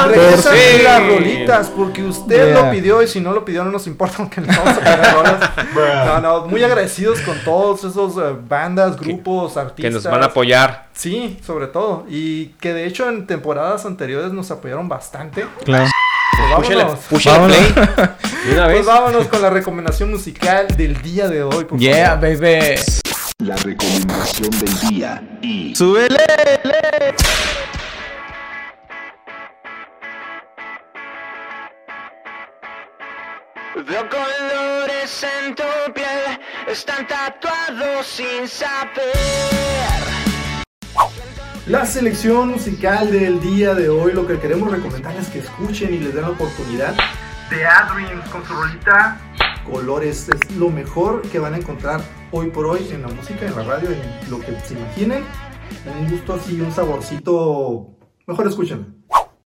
Por
Regresan
fin.
las rolitas, porque usted
Yeah.
lo pidió y si no lo pidió no nos importa, aunque no vamos a poner rolas. No, no, muy agradecidos con todos esos eh, bandas, grupos,
Que
artistas.
nos van a apoyar.
Sí, sobre todo. Y que de hecho en temporadas anteriores nos apoyaron bastante.
Claro.
Pues
Púchale,
vámonos.
púchale
Vámonos.
play. De una
Pues
vez.
vámonos con la recomendación musical del día de hoy. por
Yeah,
favor.
baby.
La recomendación del día y
¡Súbele!
Veo colores en tu piel, están tatuados sin saber.
La selección musical del día de hoy, lo que queremos recomendar es que escuchen y les den la oportunidad de Adrians con su rolita Colores. Es lo mejor que van a encontrar hoy por hoy en la música, en la radio, en lo que se imaginen. Un gusto así, un saborcito. Mejor escúchenlo.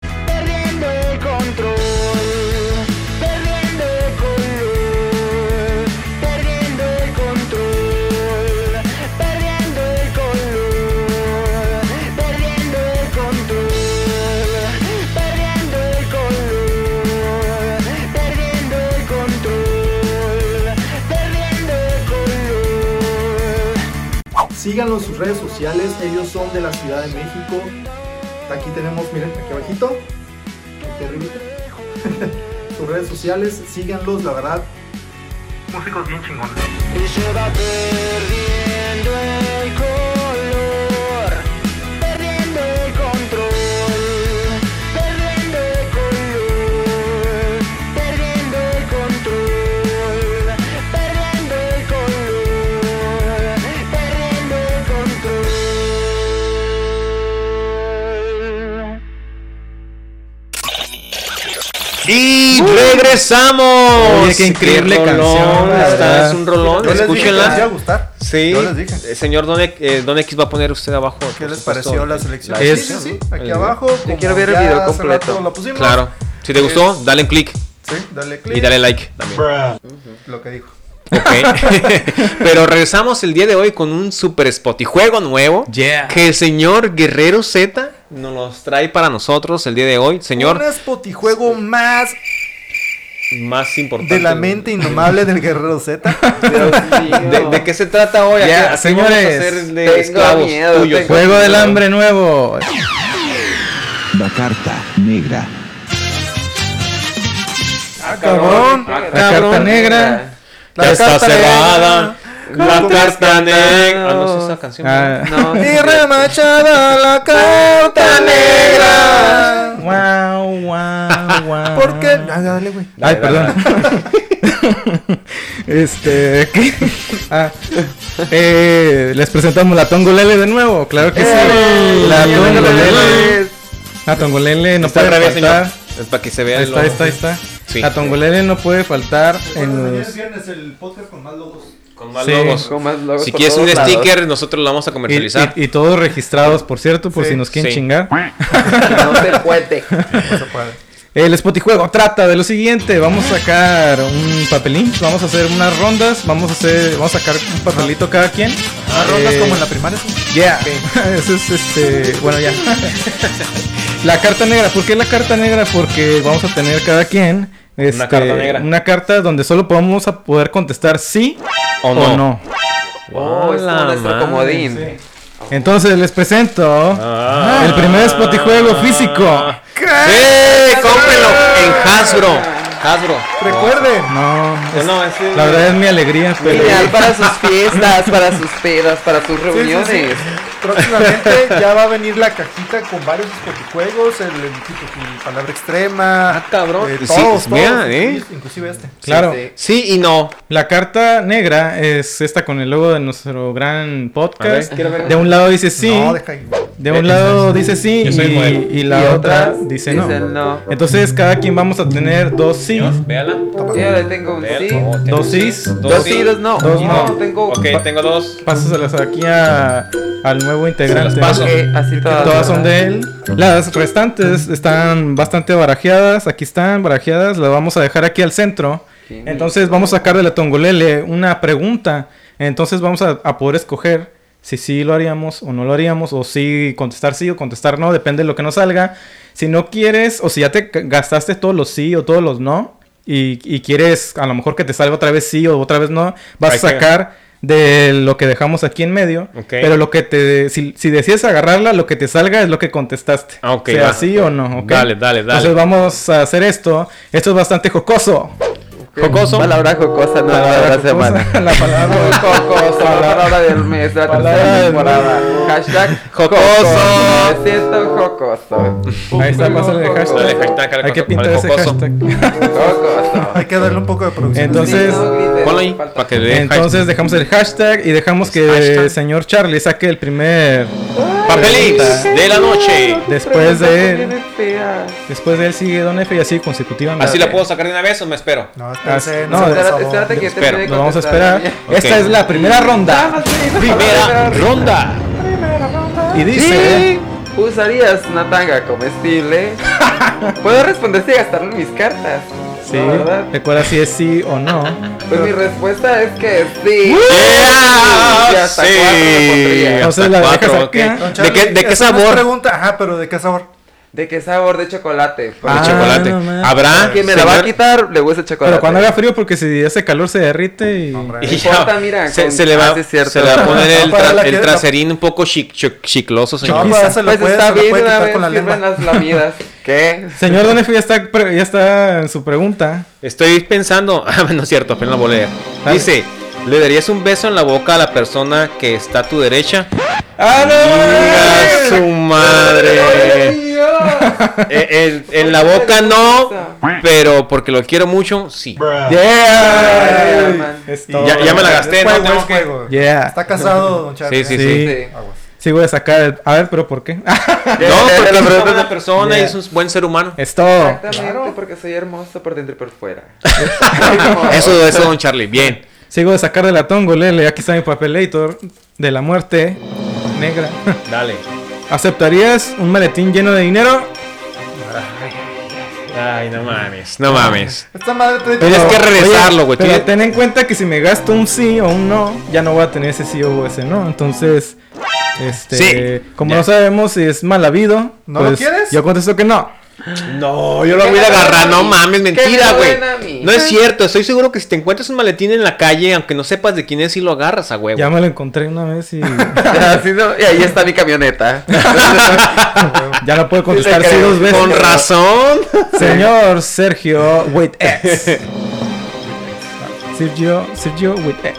Perdiendo el control, perdiendo el color, perdiendo el control, perdiendo el color, perdiendo el control, perdiendo el color.
síganlo en sus redes sociales. Ellos son de la Ciudad de México. Aquí tenemos, miren, aquí abajito. Aquí arribita. [LAUGHS] sus redes sociales, síganlos, la verdad. Músicos bien chingones.
Y se va perdiendo el color, perdiendo el control, perdiendo el color, perdiendo el control, perdiendo el color, perdiendo el control.
Y regresamos.
Oye, qué increíble canción, la
está,
verdad.
es un rolón.
Yo les dije que
Escúchenla.
les iba a gustar.
Sí.
Yo les dije.
El señor Don, X- eh, Don X va a poner usted abajo.
¿Qué les
por supuesto,
pareció la selección?
la
Sí, sí,
selección,
sí,
¿no?
aquí
El-
abajo. como
quiero ver el
ya
video
hace
completo.
rato lo pusimos.
Claro. Si te gustó, dale un clic.
Sí, dale click.
Y dale like también.
Lo que dijo.
Ok. [LAUGHS] Pero regresamos el día de hoy con un super spotijuego nuevo.
Yeah.
Que el señor Guerrero Z nos los trae para nosotros el día de hoy. Señor,
Un spotijuego más
más importante.
de la mente indomable del Guerrero Z.
¿De, de qué se trata hoy? ¿A
Ya,
qué- a qué
señores,
vamos a hacer de
tengo
esclavos
miedo,
tuyos?
tengo
Juego del hambre nuevo.
La carta negra.
Ah,
Cabrón.
La carta negra.
Ya está
carta
cerrada.
negra.
La
¿Cómo
carta negra.
cantado?
Ah, no es esa canción.
Ah. [LAUGHS]
No,
Y remachada la carta negra.
Guau, guau, guau.
¿Por qué? Ah, dale, güey.
Ay, perdón. [LAUGHS] este. ¿qué? Ah, eh, les presentamos la Tongolele de nuevo, claro que sí.
¡Eh!
La Tongolele. La Tongolele no
Está
puede
al revés,
faltar.
señor. Es para que se vea
Ahí
el
está, ahí
logo.
está, ahí está.
Sí.
La Tongolele no puede faltar en los.
viernes el podcast con más logos.
Con más
Sí.
logos.
Con más logos
Si
por
quieres un
todos lados.
sticker, nosotros lo vamos a
Y,
comercializar.
y- y todos registrados, por cierto, por
Sí.
si nos quieren
Sí. [LAUGHS]
chingar. [LAUGHS]
No se puede.
No se puede.
Eh, El Spotijuego trata de lo siguiente, vamos a sacar un papelín, vamos a hacer unas rondas, vamos a hacer, vamos a sacar un papelito cada quien.
Ah, rondas
Eh,
como en la primaria. sí.
Yeah. [LAUGHS] Eso es este, bueno ya. [LAUGHS] la carta negra, ¿por qué la carta negra? Porque vamos a tener cada quien este,
carta negra.
una carta donde solo podemos a poder contestar sí
O
o
no.
no.
Oh, es como
Hola,
nuestro
madre.
comodín.
Entonces les presento
Ah.
el primer Spotijuego físico.
¡Sí! ¡Cómprenlo! En Hasbro. Hasbro.
Recuerden.
No,
No,
es-
no, es el-
la verdad es mi alegría, pero
Ideal para sus fiestas, para sus pedas, para sus reuniones.
Próximamente ya va a venir la cajita con varios spotijuegos, el, el tipo de palabra extrema.
Ah, cabrón.
eh,
Sí,
todos, todos,
mira, eh.
Inclusive este.
pues claro.
Sí,
Sí y no.
La carta negra es esta con el logo de nuestro gran
A ver,
podcast.
quiero ver.
De un lado dice sí,
No, deja ahí.
de un lado dice sí
Yo soy modelo.
y, y la
Y
otra
otras
dice no.
dicen no.
Entonces cada quien vamos a tener dos sí,
Véala.
Yo le tengo un sí.
dos sís,
Dos sí, dos no.
Dos
no.
no.
tengo.
Ok, tengo dos.
pásaselas aquí a- al nuevo integrante.
paso.
Ok, así todas.
Todas son de él. Las restantes están bastante barajeadas. Aquí están barajeadas. Las vamos a dejar aquí al centro. Entonces vamos a sacar de la tongolele una pregunta. Entonces vamos a, a poder escoger si sí lo haríamos o no lo haríamos. O si contestar sí o contestar no. Depende de lo que nos salga. Si no quieres o si ya te c- gastaste todos los sí o todos los no. Y, y quieres a lo mejor que te salga otra vez sí o otra vez no. Vas
Ahí
a
queda.
sacar de lo que dejamos aquí en medio.
Ok.
Pero lo que te. Si, si decides agarrarla, lo que te salga es lo que contestaste.
Ah, ok,
Sea
va.
sí o no. ok.
Dale, dale, dale.
Entonces vamos a hacer esto. Esto es bastante jocoso.
Jocoso.
Palabra jocosa, no palabra de la
jocosa,
semana.
[LAUGHS] la palabra.
Jocoso, la palabra del mes, la tercera
Palabra del
temporada. Hashtag
Jocoso.
Me siento jocoso.
Ahí está, pásale el hashtag.
Dale, hashtag, dale,
Hay que
joco-
pintar
dale,
ese
jocoso.
[LAUGHS]
hashtag.
Jocoso.
Hay que darle un poco de producción.
Entonces.
No grites,
Ponlo ahí
falta.
para que le dé
Entonces dejamos el hashtag y dejamos que
Hashtag.
el señor Charlie saque el primer.
papeles de la noche.
Después de él,
Bien fea.
después de él sigue Don F y así consecutivamente.
¿Así la puedo sacar de una vez o me espero?
No, espérense,
No,
se
Espérate,
pasó.
espérate que te
Espero,
termine
Nos vamos a
contestar
esperar.
la mía.
Esta
Ok.
es la primera ronda.
Ah, sí, la
Primera ronda.
[LAUGHS]
Y dice. ¿eh?
Sí. ¿Usarías una tanga
[LAUGHS]
comestible? Puedo responder si gastarle mis cartas.
Sí,
La verdad.
recuerda si es sí o no.
Pues mi respuesta es que sí.
Yeah,
Y hasta
sí.
cuatro me pondría.
Entonces la
Hasta
dejas
cuatro,
aquí.
ok.
Don
¿De qué- de qué
esa no es
sabor?
pregunta, ajá, pero ¿de qué sabor?
¿De qué sabor? De chocolate.
Ah, chocolate. no mames. Habrá,
Que me la va a
señor-
quitar, le gusta el chocolate.
Pero cuando haga frío, porque si hace calor se derrite y...
No importa, mira,
se,
con-
se le va,
ah, sí es cierto.
se le va a poner el,
No, para
tra-
la
el
que-
traserín un poco chic, chic- chicloso, señor.
pues [LAUGHS] está bien,
puede
una
quitar
vez
con la
sirven
lengua.
las lamidas. ¿Qué?
[LAUGHS] Señor Donefio ya está, pre- ya está en su pregunta.
Estoy pensando, [LAUGHS] ah, no es cierto, apenas la volé. Dice, ¿le darías un beso en la boca a la persona que está a tu derecha?
¡Ah,
no! su madre! Eh, en- en la boca no, pero porque lo quiero mucho, sí.
Yeah. Es todo.
Ya, ya me la gasté, no tengo que...
Yeah.
Está casado, don Charlie.
Sí, sí, sí. Sí.
Ah, Sí, voy a sacar el- A ver, pero ¿por qué? [LAUGHS]
No, porque es una buena persona y
Yeah.
es un buen ser humano.
Es todo.
Exactamente, porque soy hermoso por dentro y por
[LAUGHS]
fuera.
Eso, eso, don Charlie, bien.
Sigo de sacar de la tongo, lele. Aquí está mi papelator de la muerte negra. [LAUGHS]
Dale.
¿Aceptarías un maletín lleno de dinero?
Ay, no mames, no mames.
Esta madre te
Tienes que regresarlo,
oye,
güey.
Pero
Tienes-
ten en cuenta que si me gasto un sí o un no, ya no voy a tener ese sí o ese no. Entonces, este,
Sí.
como
Ya.
no sabemos si es mal habido, pues,
¿No lo quieres?
Yo contesto que no.
No, yo lo voy a agarrar, no mames, mentira, güey. No es cierto, estoy seguro que si te encuentras un maletín en la calle, aunque no sepas de quién es, sí lo agarras a huevo.
Ya me lo
[LAUGHS]
encontré una vez [LAUGHS] y
Así no- y ahí está mi camioneta.
ya no puedo contestar
Sí te
sí
creo.
dos veces.
Con razón.
[LAUGHS] Señor Sergio with
[LAUGHS]
X. Sergio, Sergio with X.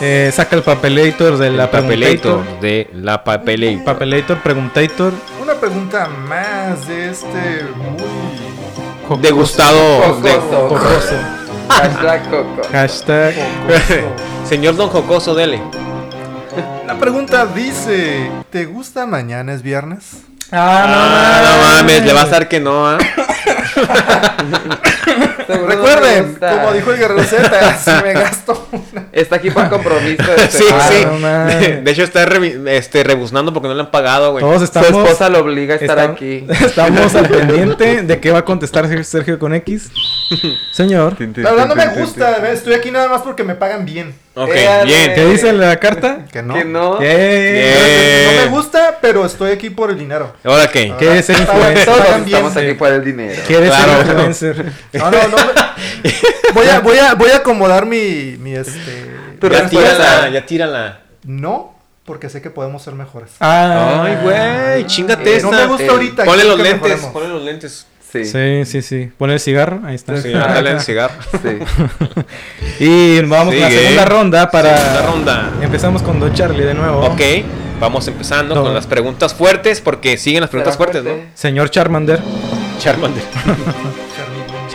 Eh, saca el papelator de la
papelator,
preguntator.
de la papelator.
Papelator, preguntator.
Una pregunta más de este muy
Degustado. de-
Jocoso.
Jocoso.
Hashtag Coco.
Hashtag.
Señor Don Jocoso, dele.
La pregunta dice, ¿te gusta mañana es viernes?
Ah, no mames, le vas a dar que no, ¿ah?
Recuerden, como dijo el Guerrero Z, si me gasto una...
Está aquí por compromiso. de
Sí,
semana.
sí.
Ah, no mames.
De, de hecho, está revi- este, rebuznando porque no le han pagado, güey.
Todos estamos.
Su esposa lo obliga a estar
estam-
aquí.
[LAUGHS]
[LAUGHS]
Estamos al pendiente de qué va a contestar Ser- Sergio con X. Señor.
La verdad no me gusta, ¿ves? estoy aquí nada más porque me pagan bien.
Ok,
Eh,
bien.
¿Qué dice la carta?
Que no.
Que no.
Yeah.
No me gusta, pero estoy aquí por el dinero.
Ahora qué.
¿Qué es ser influencer?
Todos
Pagan bien.
estamos aquí por el dinero.
¿Qué es
Claro.
ser influencer?
No, no, no. me- Voy a, voy a, voy a acomodar mi, mi este...
Tu
Ya tírala,
respuesta.
ya tírala.
No, porque sé que podemos ser mejores.
Ah,
Ay, güey, chingate
Eh,
esta.
No me gusta
eh,
ahorita.
Ponle los
quiero que
lentes,
mejoremos.
ponle los lentes.
Sí. Sí.
Sí, sí, sí. Pon el cigarro. Ahí está.
Sí, dale el cigarro.
[LAUGHS] Y vamos a la
Sigue.
segunda ronda para.
Segunda ronda.
Empezamos con Don Charlie de nuevo.
Ok, vamos empezando
No.
con las preguntas fuertes porque siguen las preguntas
Será
fuertes,
fuerte.
¿no?
Señor Charmander.
Charmander.
Char-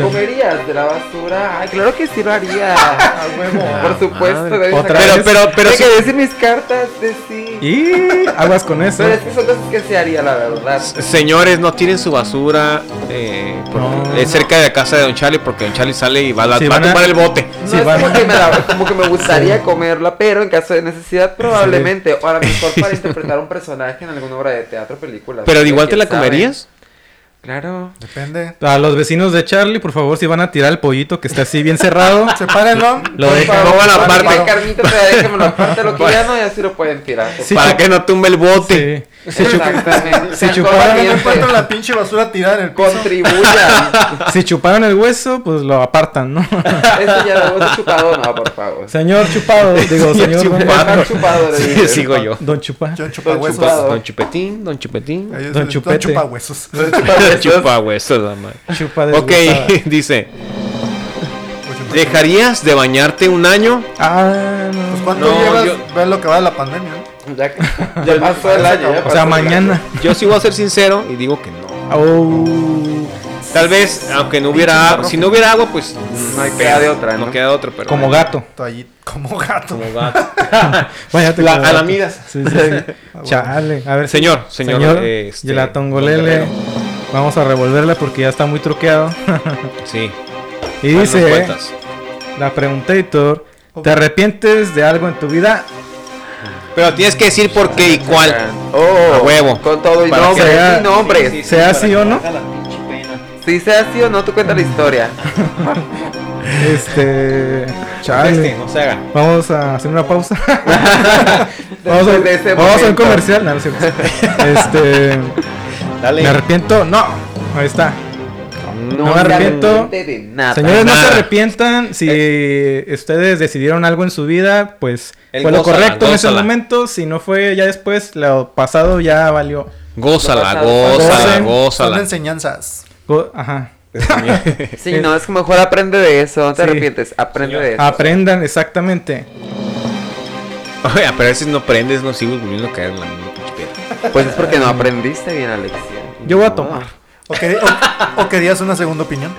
¿Comerías de la basura? Ay, claro que sí lo
[LAUGHS]
haría.
A huevo.
[LAUGHS] Por supuesto.
madre.
debes
Ah, Otra
sacar-
vez.
Pero- pero- pero
Tengo
sí-
que decir mis cartas de sí.
Y aguas con eso.
Pero es que son cosas que se haría, la verdad.
Señores, no tiren su basura eh, por-
No.
eh, cerca de la casa de Don Charlie porque Don Charlie sale y va, a-
Sí,
va a
van a-
tumbar el bote.
No
Sí,
es
van-
como que, me
[LAUGHS]
la- como que me gustaría comerla, pero en caso de necesidad probablemente, o a lo mejor para interpretar un personaje en alguna obra de teatro, película.
Pero
serie,
igual te
quién
la
sabe.
comerías.
Claro.
Depende. [LAUGHS]
A los vecinos de Charlie, por favor, si van a tirar el pollito que está así bien cerrado.
Sepárenlo.
Lo
Por
dejan.
favor,
Pongan
para
aparte.
que la carnita te la
[LAUGHS]
dejen, me lo aparte lo que ya no y así lo pueden tirar.
Sí,
para
chup-
que no tumbe el bote.
Sí.
si Exactamente.
si
Sean
chuparan,
No
conscientes,
encuentran la pinche basura tirada en el piso.
Contribuyan.
Si chuparon el hueso, pues lo apartan, ¿no?
[LAUGHS]
Eso ya lo hemos chupado, no, por favor.
señor Chupado, digo, señor
Chupado.
Don Chupado, le
Sí,
dije.
sigo yo.
Don Chupa.
Yo en chupahuesos.
Don Chupado.
Don Chupetín, Don Chupetín.
Ahí es
Don
el-
[LAUGHS]
Chupete.
chupahuesos.
Chupa, güey, eso es la madre.
Chupa de
Ok, [LAUGHS] dice. ¿Dejarías de bañarte un año?
Ah,
Pues,
no.
¿Cuánto
No,
llevas?
yo-
Ves lo que va de la pandemia. ¿no?
Ya, ya pasó
[LAUGHS]
el año. ya
O sea,
pasó el
mañana.
Yo sí voy a ser sincero y digo que no.
Oh,
Tal vez, aunque no hubiera agua, si no hubiera agua, pues
No hay
pedo,
queda de otra, ¿no?
No queda de otra, pero.
como gato.
Toallita, como gato.
Como gato.
Vaya, te
La-
como gato.
Alamidas.
Sí, sí, sí. Chale. A ver,
Señor, señor, eh, este,
y la
don
tongolele.
Guerrero.
Vamos a revolverla porque ya está muy truqueado. [LAUGHS]
Sí.
y
Danos
¿eh?
dice,
cuentas.
la preguntator, ¿te arrepientes de algo en tu vida?
Pero tienes que decir por qué y cuál.
Oh,
A huevo.
Con todo y
Para que
nombre.
sea-
Y nombres.
sí, ¿Sea para así que o no no? haga
Si sea así o no, tú cuenta la
[LAUGHS]
historia.
Este,
Este,
chale.
no se haga.
Vamos a hacer una pausa. vamos a,
Después de ese
vamos a un
momento.
comercial. No, no es cierto. este,
Dale.
¿Me arrepiento? No. Ahí está. No, me arrepiento.
de nada.
Señores, no se
Nada.
arrepientan. Si ustedes decidieron algo en su vida, pues
El
fue lo
gózala,
correcto en ese
gózala.
momento. Si no fue ya después, lo pasado ya valió.
Gózala,
Gózala,
gózala,
Son
gózala.
enseñanzas.
Go- Ajá. [LAUGHS]
Sí, no, es que mejor aprende de eso, no te
Sí.
arrepientes, aprende de eso.
Aprendan, exactamente.
Oye, pero a veces no prendes, no sigues volviendo a caer en la misma pinche piedra.
Pues es porque no aprendiste bien, Alexia.
[LAUGHS] Yo voy a tomar.
¿O, quer- o- o querías una segunda opinión?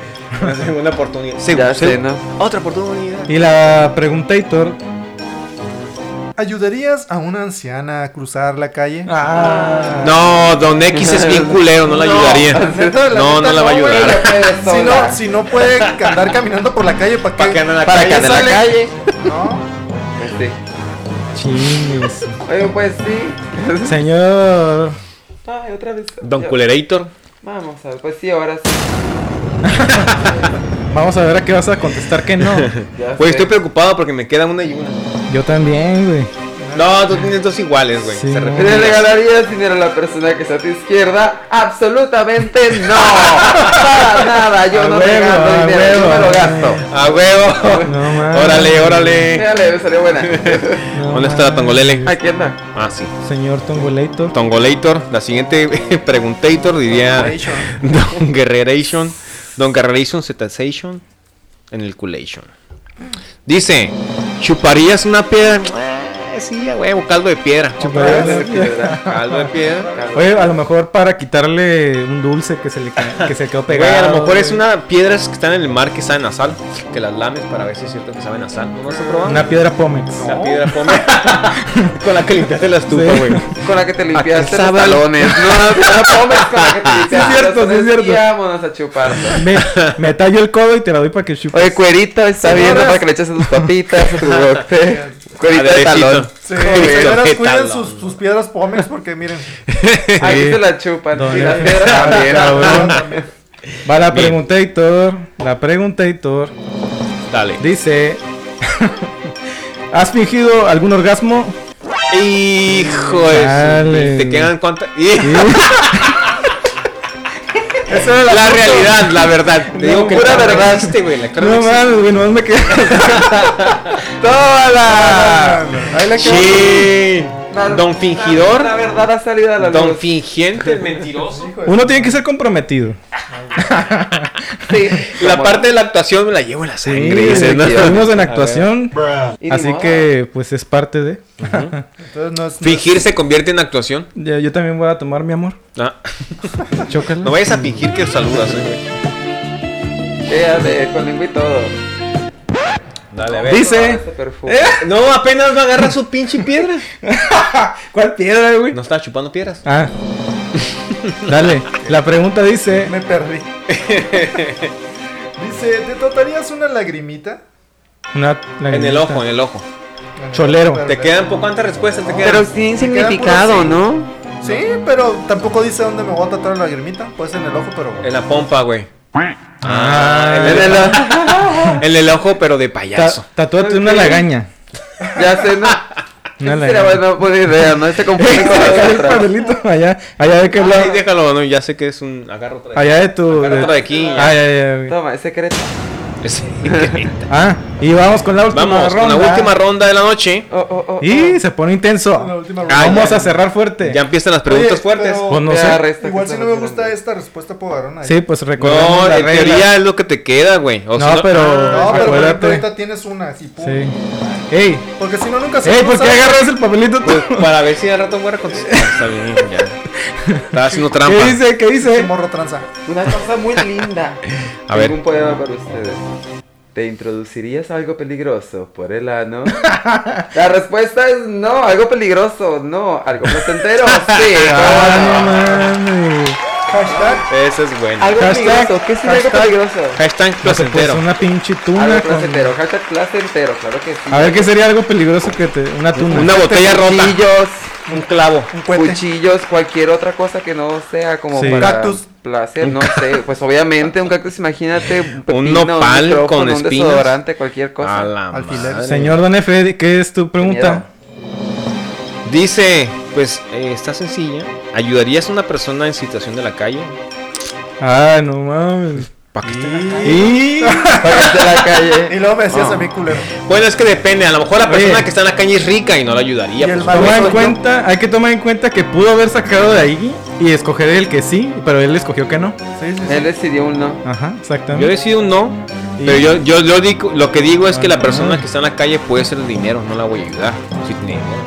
Una segunda oportunidad. Segu-
Ya sé,
segu-
¿no?
Otra oportunidad.
Y la preguntator.
¿Ayudarías a una anciana a cruzar la calle?
Ah.
No, Don X es bien culero, no la ayudaría.
neta, la
No,
neta,
no la va a
no, güey,
ayudar.
Si no, si no puede andar caminando por la calle, ¿para qué?
¿Para qué anda en la
Para
calle?
que ande en la
sale.
calle.
No.
Este.
Chingues.
Oye, pues sí.
Señor.
Ay, otra vez.
Don
Ya-
Culerator.
Vamos a ver, pues sí, ahora sí.
Vamos a ver a qué vas a contestar
[LAUGHS]
que no.
Ya sé.
Güey, estoy preocupado porque me queda una y una.
Yo también, güey.
No, tú tienes dos iguales, güey.
Sí,
Se
no.
repite.
¿Le regalarías dinero a la persona que está a tu izquierda? Absolutamente no. Para nada, yo
A
no
huevo, a
regalo dinero, yo
huevo.
me lo gasto.
A huevo.
No mames.
Órale, órale.
Fíjale, me salió buena.
No
¿Dónde está la
mames.
tongolele?
Aquí anda.
Ah, sí.
Señor Tongolator.
Tongolator, la siguiente [LAUGHS] preguntator diría [LAUGHS] Don Guerreration, Don Guerreration Zetation en el culation. Dice, ¿chuparías una piedra? Eh, sí, a huevo, caldo de piedra.
Chuparías una
piedra.
Caldo de
[LAUGHS]
piedra.
Oye, a lo mejor para quitarle un dulce que se le ca- que se quedó
Güey,
pegado.
a lo mejor
güey.
es una piedras que están en el mar que saben a sal, que las lames para ver si es cierto que saben a sal. ¿No lo has probado?
Una piedra Pomex.
Una piedra come. con la que limpiaste la estufa,
Sí.
güey.
Con la que te limpiaste los
sabe?
talones. No, te la comes con la que te limpiaste.
es cierto,
los
sí es cierto.
talones. Y vámonos a chuparlo.
Me, me tallo el codo y te la doy
[LAUGHS]
para que chupes.
Oye, cuerito, está bien, ¿no? para que le eches a tus papitas, a tu cóctel. Cuerito de
Aderecito.
talón.
Sí,
Joder,
señoras,
qué
cuiden
talón.
sus, sus piedras pómex porque
[LAUGHS]
miren. [LAUGHS]
Aquí se la chupan.
No,
Y
no,
las
no.
piedras
[LAUGHS]
también.
Cabrón. Va la
Bien.
preguntator. La preguntator
Dale.
dice: [LAUGHS] ¿Has fingido algún orgasmo?
Hijo de
Dale.
su- ¿Te quedan cuántas? [LAUGHS]
Sí.
Esa es la, realidad, la verdad. Te
No,
digo que
pura
la
verdad.
existe, güey. La cara
No mames, güey, nomás
[LAUGHS]
me quedé.
¡Tómala!
Ahí la quedó.
Sí.
La-
Don fingidor,
La verdad ha salido a la
don
luz.
fingiente, el mentiroso.
Uno tiene que ser comprometido.
Sí.
La
Como-
parte de la actuación me la llevo en la
Sí,
sangre. dice, ¿no?
estuvimos en actuación.
Y ni
Así
modo.
que, pues es parte de.
Entonces no es. no es-
Fingir se convierte en actuación.
[LAUGHS] Ya, Yo también voy a tomar mi amor. [LAUGHS]
Ah,
Chócala.
No vayas a fingir que saludas, eh, güey.
Ella de- con lengua y todo.
Dale, a ver.
Dice:
Este perfume.
Eh, No, apenas va a agarrar su pinche piedra.
¿Cuál piedra, güey?
No estaba chupando piedras.
Ah. Dale, la pregunta dice.
Me perdí. [LAUGHS] Dice, ¿te tratarías una lagrimita?
Una- la
En el
lagrimita.
ojo, en el ojo.
Cholero.
Te quedan po- cuántas respuestas te
Pero
quedan.
sin
Se queda
significado,
puro sí.
¿no?
Sí, pero tampoco dice dónde me voy a tratar la lagrimita. Puede ser en el ojo, pero.
En la pompa, güey.
Ah,
en,
[LAUGHS]
el, en el ojo, pero de payaso.
Ta- tatúate una
[LAUGHS]
lagaña.
Ya sé, ¿no?
[LAUGHS] Una
Esa Sería
lagaña.
buena, buena idea, ¿no? Este confunde con la
El
otra.
papelito allá, allá de que la-
Ay, déjalo, no, ya sé que es un agarro otra vez.
allá de tu.
Agarra otra de aquí, ya.
Ah, ya, ya, güey.
Toma, es secreto.
Es increíble.
Ah, y vamos con la última
Vamos
ronda.
con la última ronda de la noche.
Oh, oh, oh, oh.
Y se pone intenso.
La última
Ah,
ronda.
Vamos
ya.
a cerrar fuerte.
Ya empiezan las preguntas
Oye,
fuertes.
pero-
Pues no
Ya,
sé.
resta que
Igual si
está
no me
funcionando.
gusta esta respuesta, puedo agarrar una.
Sí, pues recordemos
No,
la
en
regla.
teoría es lo que te queda, güey. O si
No,
No, pero.
pero por ejemplo,
acuérdate.
ahorita tienes una así, pum.
Sí. Ey,
Porque si no, nunca
ey,
uno
¿por qué
sabe.
agarras el papelito tú?
Pues, para ver si al rato voy a
[LAUGHS]
contestar. Está bien, ya. Estaba haciendo trampa.
¿Qué dice? ¿Qué
Ese
dice?
morro tranza.
Una cosa muy linda.
A ver.
Un poema para ustedes. ¿Te introducirías algo peligroso por el ano? La respuesta es no, algo peligroso, no, algo placentero, sí.
Ah, no mames.
Hashtag.
Eso es bueno.
Algo
Hashtag-
peligroso, ¿qué sería algo
hashtag-
peligroso?
Hashtag
Pues
placentero.
una pinche tuna.
Algo
con-
placentero, hashtag placentero, claro que sí.
A ver qué sería algo peligroso que te. Una tuna.
Una botella rota.
Cuchillos,
Un clavo.
Un cohete.
cuchillos, cualquier otra cosa que no sea como
Sí.
para
Cactus.
placer, no sé. Pues obviamente un cactus, imagínate un, pepino,
nopal
micrófono,
con
un
espinas.
desodorante, cualquier cosa.
A la
Alfiler.
madre.
Señor Don Efe, ¿qué es tu pregunta?
Miedo.
Dice, pues eh, está sencilla. ¿Ayudarías a una persona en situación de la calle?
Ah, no mames.
¿Para qué
[LAUGHS] Y-
la calle?
[LAUGHS] Y luego me decías
Ah.
a mí, culero.
Bueno, es que depende. A lo mejor la
Oye.
persona que está en la calle es rica y no la ayudaría.
Y el
pues,
mal-
Toma en
Yo-
cuenta, hay que tomar en cuenta que pudo haber sacado de ahí y escoger el que sí, pero él escogió que no.
Sí, sí,
Él decidió un no.
Ajá, exactamente.
Yo decido un no. Pero yo, yo, yo digo, lo que digo es que
Ah.
la persona que está en la calle puede ser de dinero, no la voy a ayudar. si tiene dinero.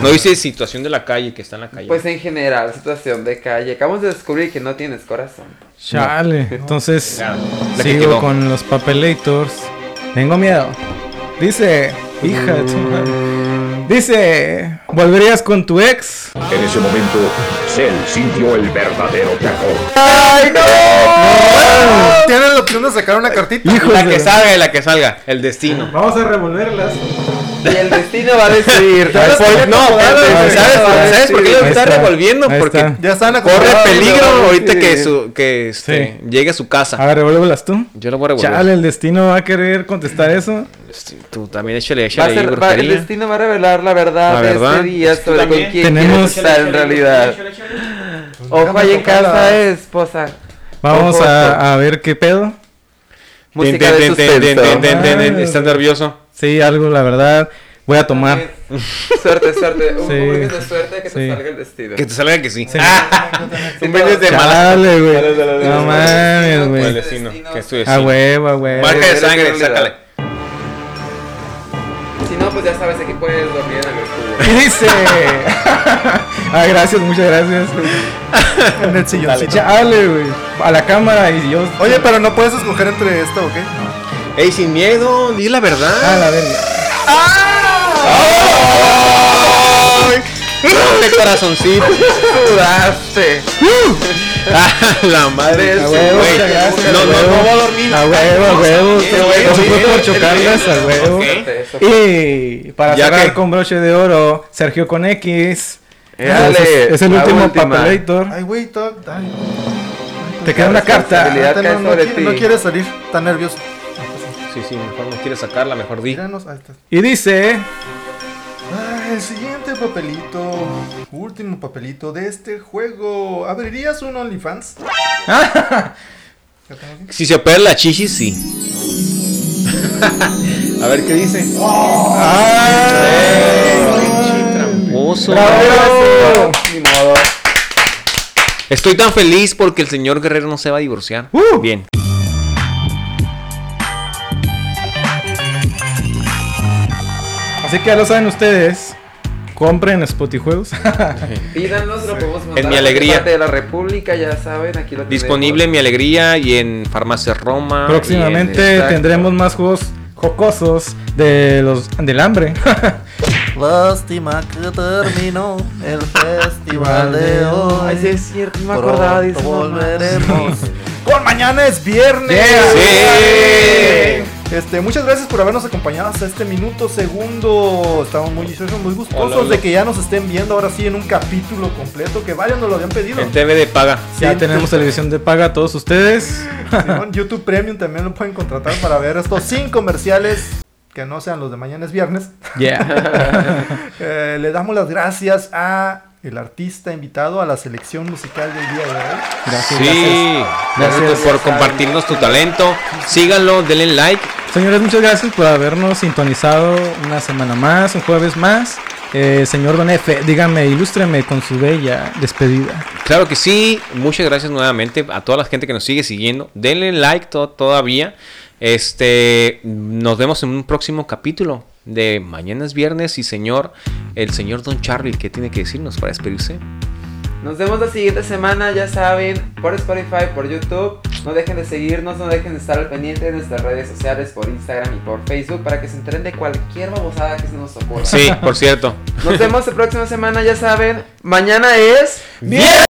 No dice situación de la calle, que está en la calle.
Pues en general, situación de calle. Acabamos de descubrir que no tienes corazón.
Chale. Entonces,
Ya, la que
sigo
quedó.
con los papelators. Tengo miedo. Dice, hija de tu madre. Dice, ¿volverías con tu ex?
En ese momento, Cell sintió el verdadero terror.
¡Ay, no!
Tienen la opción de sacar una cartita.
la que salga, la que salga, el destino.
Vamos a revolverlas.
Y el destino va a
[LAUGHS]
decidir.
Por- no,
eh.
¿sabes, ¿sabes por qué lo
Ahí
está
está,
revolviendo?
ahí
Porque
está.
Ya están
corre
acomodados.
peligro
¿no?
ahorita
Sí.
que, su, que este, llegue a su casa.
A ver, revuélvelas tú.
Yo lo voy a revolver.
Chale, el destino va a querer contestar eso.
Tú también échale,
Va a
échale ahí,
ser, va- el
brujería.
destino va a revelar la verdad,
La verdad.
de este día sobre
también.
con quién
Tenemos-
quieres estar en realidad. Ojo ahí en casa, eh, esposa.
Vamos
Ojo, ojo.
a, a ver qué pedo.
Ten,
Música de
ten, ten, ten, ten, ten, ten, ten.
Ah.
¿Estás nervioso?
Sí, algo, la verdad. Voy a tomar.
Suerte, suerte. Un
Sí.
poquito de suerte que
Sí.
te
Ah,
salga el destino.
Que te salga que sí.
Sí.
[LAUGHS]
En vez de malas.
Chale, güey.
Dale, dale, dale.
No mames,
El
güey.
destino, que es tu
A
destino.
huevo, a huevo.
Marca de sangre,
Realidad.
sácale.
Si no, pues ya sabes aquí puedes dormir en el cubo.
Y dice. ah, gracias, muchas gracias.
En el silloncito.
Chale, güey. A la cámara y Dios.
Oye, pero no puedes escoger entre esta, ¿ok?
Ey, sin miedo, di la verdad.
A Ah, la verga.
De corazoncito.
Sudaste.
[LAUGHS] Ah, la madre.
Del
¡Uh! A huevo,
Güey,
muchas gracias.
No,
a
no,
huevo.
no va a dormir.
A huevo, a huevo.
Bien,
Qué
bien,
bueno. Eso fue
bien,
por chocarlas, a
bien.
huevo.
Ok.
Eso.
Y para
Ya
cerrar
que-
con broche de oro, Sergio con X.
Dale,
Entonces, Ah, es, el
la
último
última.
papelator.
Ay, güey, todo. Ay,
Te queda una carta.
responsabilidad.
ahorita
cae
no, no
sobre
qui-
ti.
no quiere salir tan nervioso.
Sí, sí, mejor no quieres sacarla, mejor di.
Míranos, ahí está.
Y dice.
Ah, el siguiente papelito, último papelito de este juego. ¿Abrirías un OnlyFans?
[LAUGHS] Si se opera la chichi, sí.
[LAUGHS]
a ver qué dice. Pinche tramposo.
¡Bravo!
Ni modo.
Estoy tan feliz porque el señor Guerrero no se va a divorciar.
¡Uh!
Bien.
Así que ya lo saben ustedes. Compren Spotify Juegos.
Pídanos, lo podemos mandar.
mi
a
alegría.
parte de la República, ya saben, aquí lo tenemos.
Disponible en Mi Alegría y en Farmacia Roma. y en-
Próximamente
exacto.
tendremos más juegos jocosos de los del hambre.
Lástima que terminó el festival de hoy.
Ay, sí, es cierto, no me acordaba de eso.
Pronto
no mames.
volveremos.
Con mañana es viernes.
Yeah.
Este, muchas gracias por habernos acompañado hasta este minuto segundo. Estamos muy, somos muy gustosos
Hola, hola.
de que ya nos estén viendo ahora sí en un capítulo completo. Que varios nos lo habían
[LAUGHS]
pedido.
En TV de paga.
ya
Sí,
tenemos televisión de paga a todos ustedes.
Simón, YouTube Premium también lo pueden contratar para ver estos sin comerciales que no sean los de mañana es viernes.
Yeah.
[LAUGHS] Eh, le damos las gracias a el artista invitado a la selección musical del día de hoy.
Gracias, gracias.
Sí, gracias,
Gracias.
por compartirnos tu talento. Síganlo, denle like.
Señores, muchas gracias por habernos sintonizado una semana más, un jueves más. Eh, señor Don F, dígame, ilústreme con su bella despedida.
Claro que sí, muchas gracias nuevamente a toda la gente que nos sigue siguiendo. Denle like to- todavía. Este, nos vemos en un próximo capítulo de Mañana es Viernes y señor, el señor Don Charlie, ¿qué tiene que decirnos para despedirse?
Nos vemos la siguiente semana, ya saben, por Spotify, por YouTube. No dejen de seguirnos, no dejen de estar al pendiente de nuestras redes sociales, por Instagram y por Facebook, para que se enteren de cualquier babosada que se nos ocurra. [LAUGHS]
Sí, por cierto.
Nos vemos la próxima semana, ya saben. Mañana es.
¡Viernes!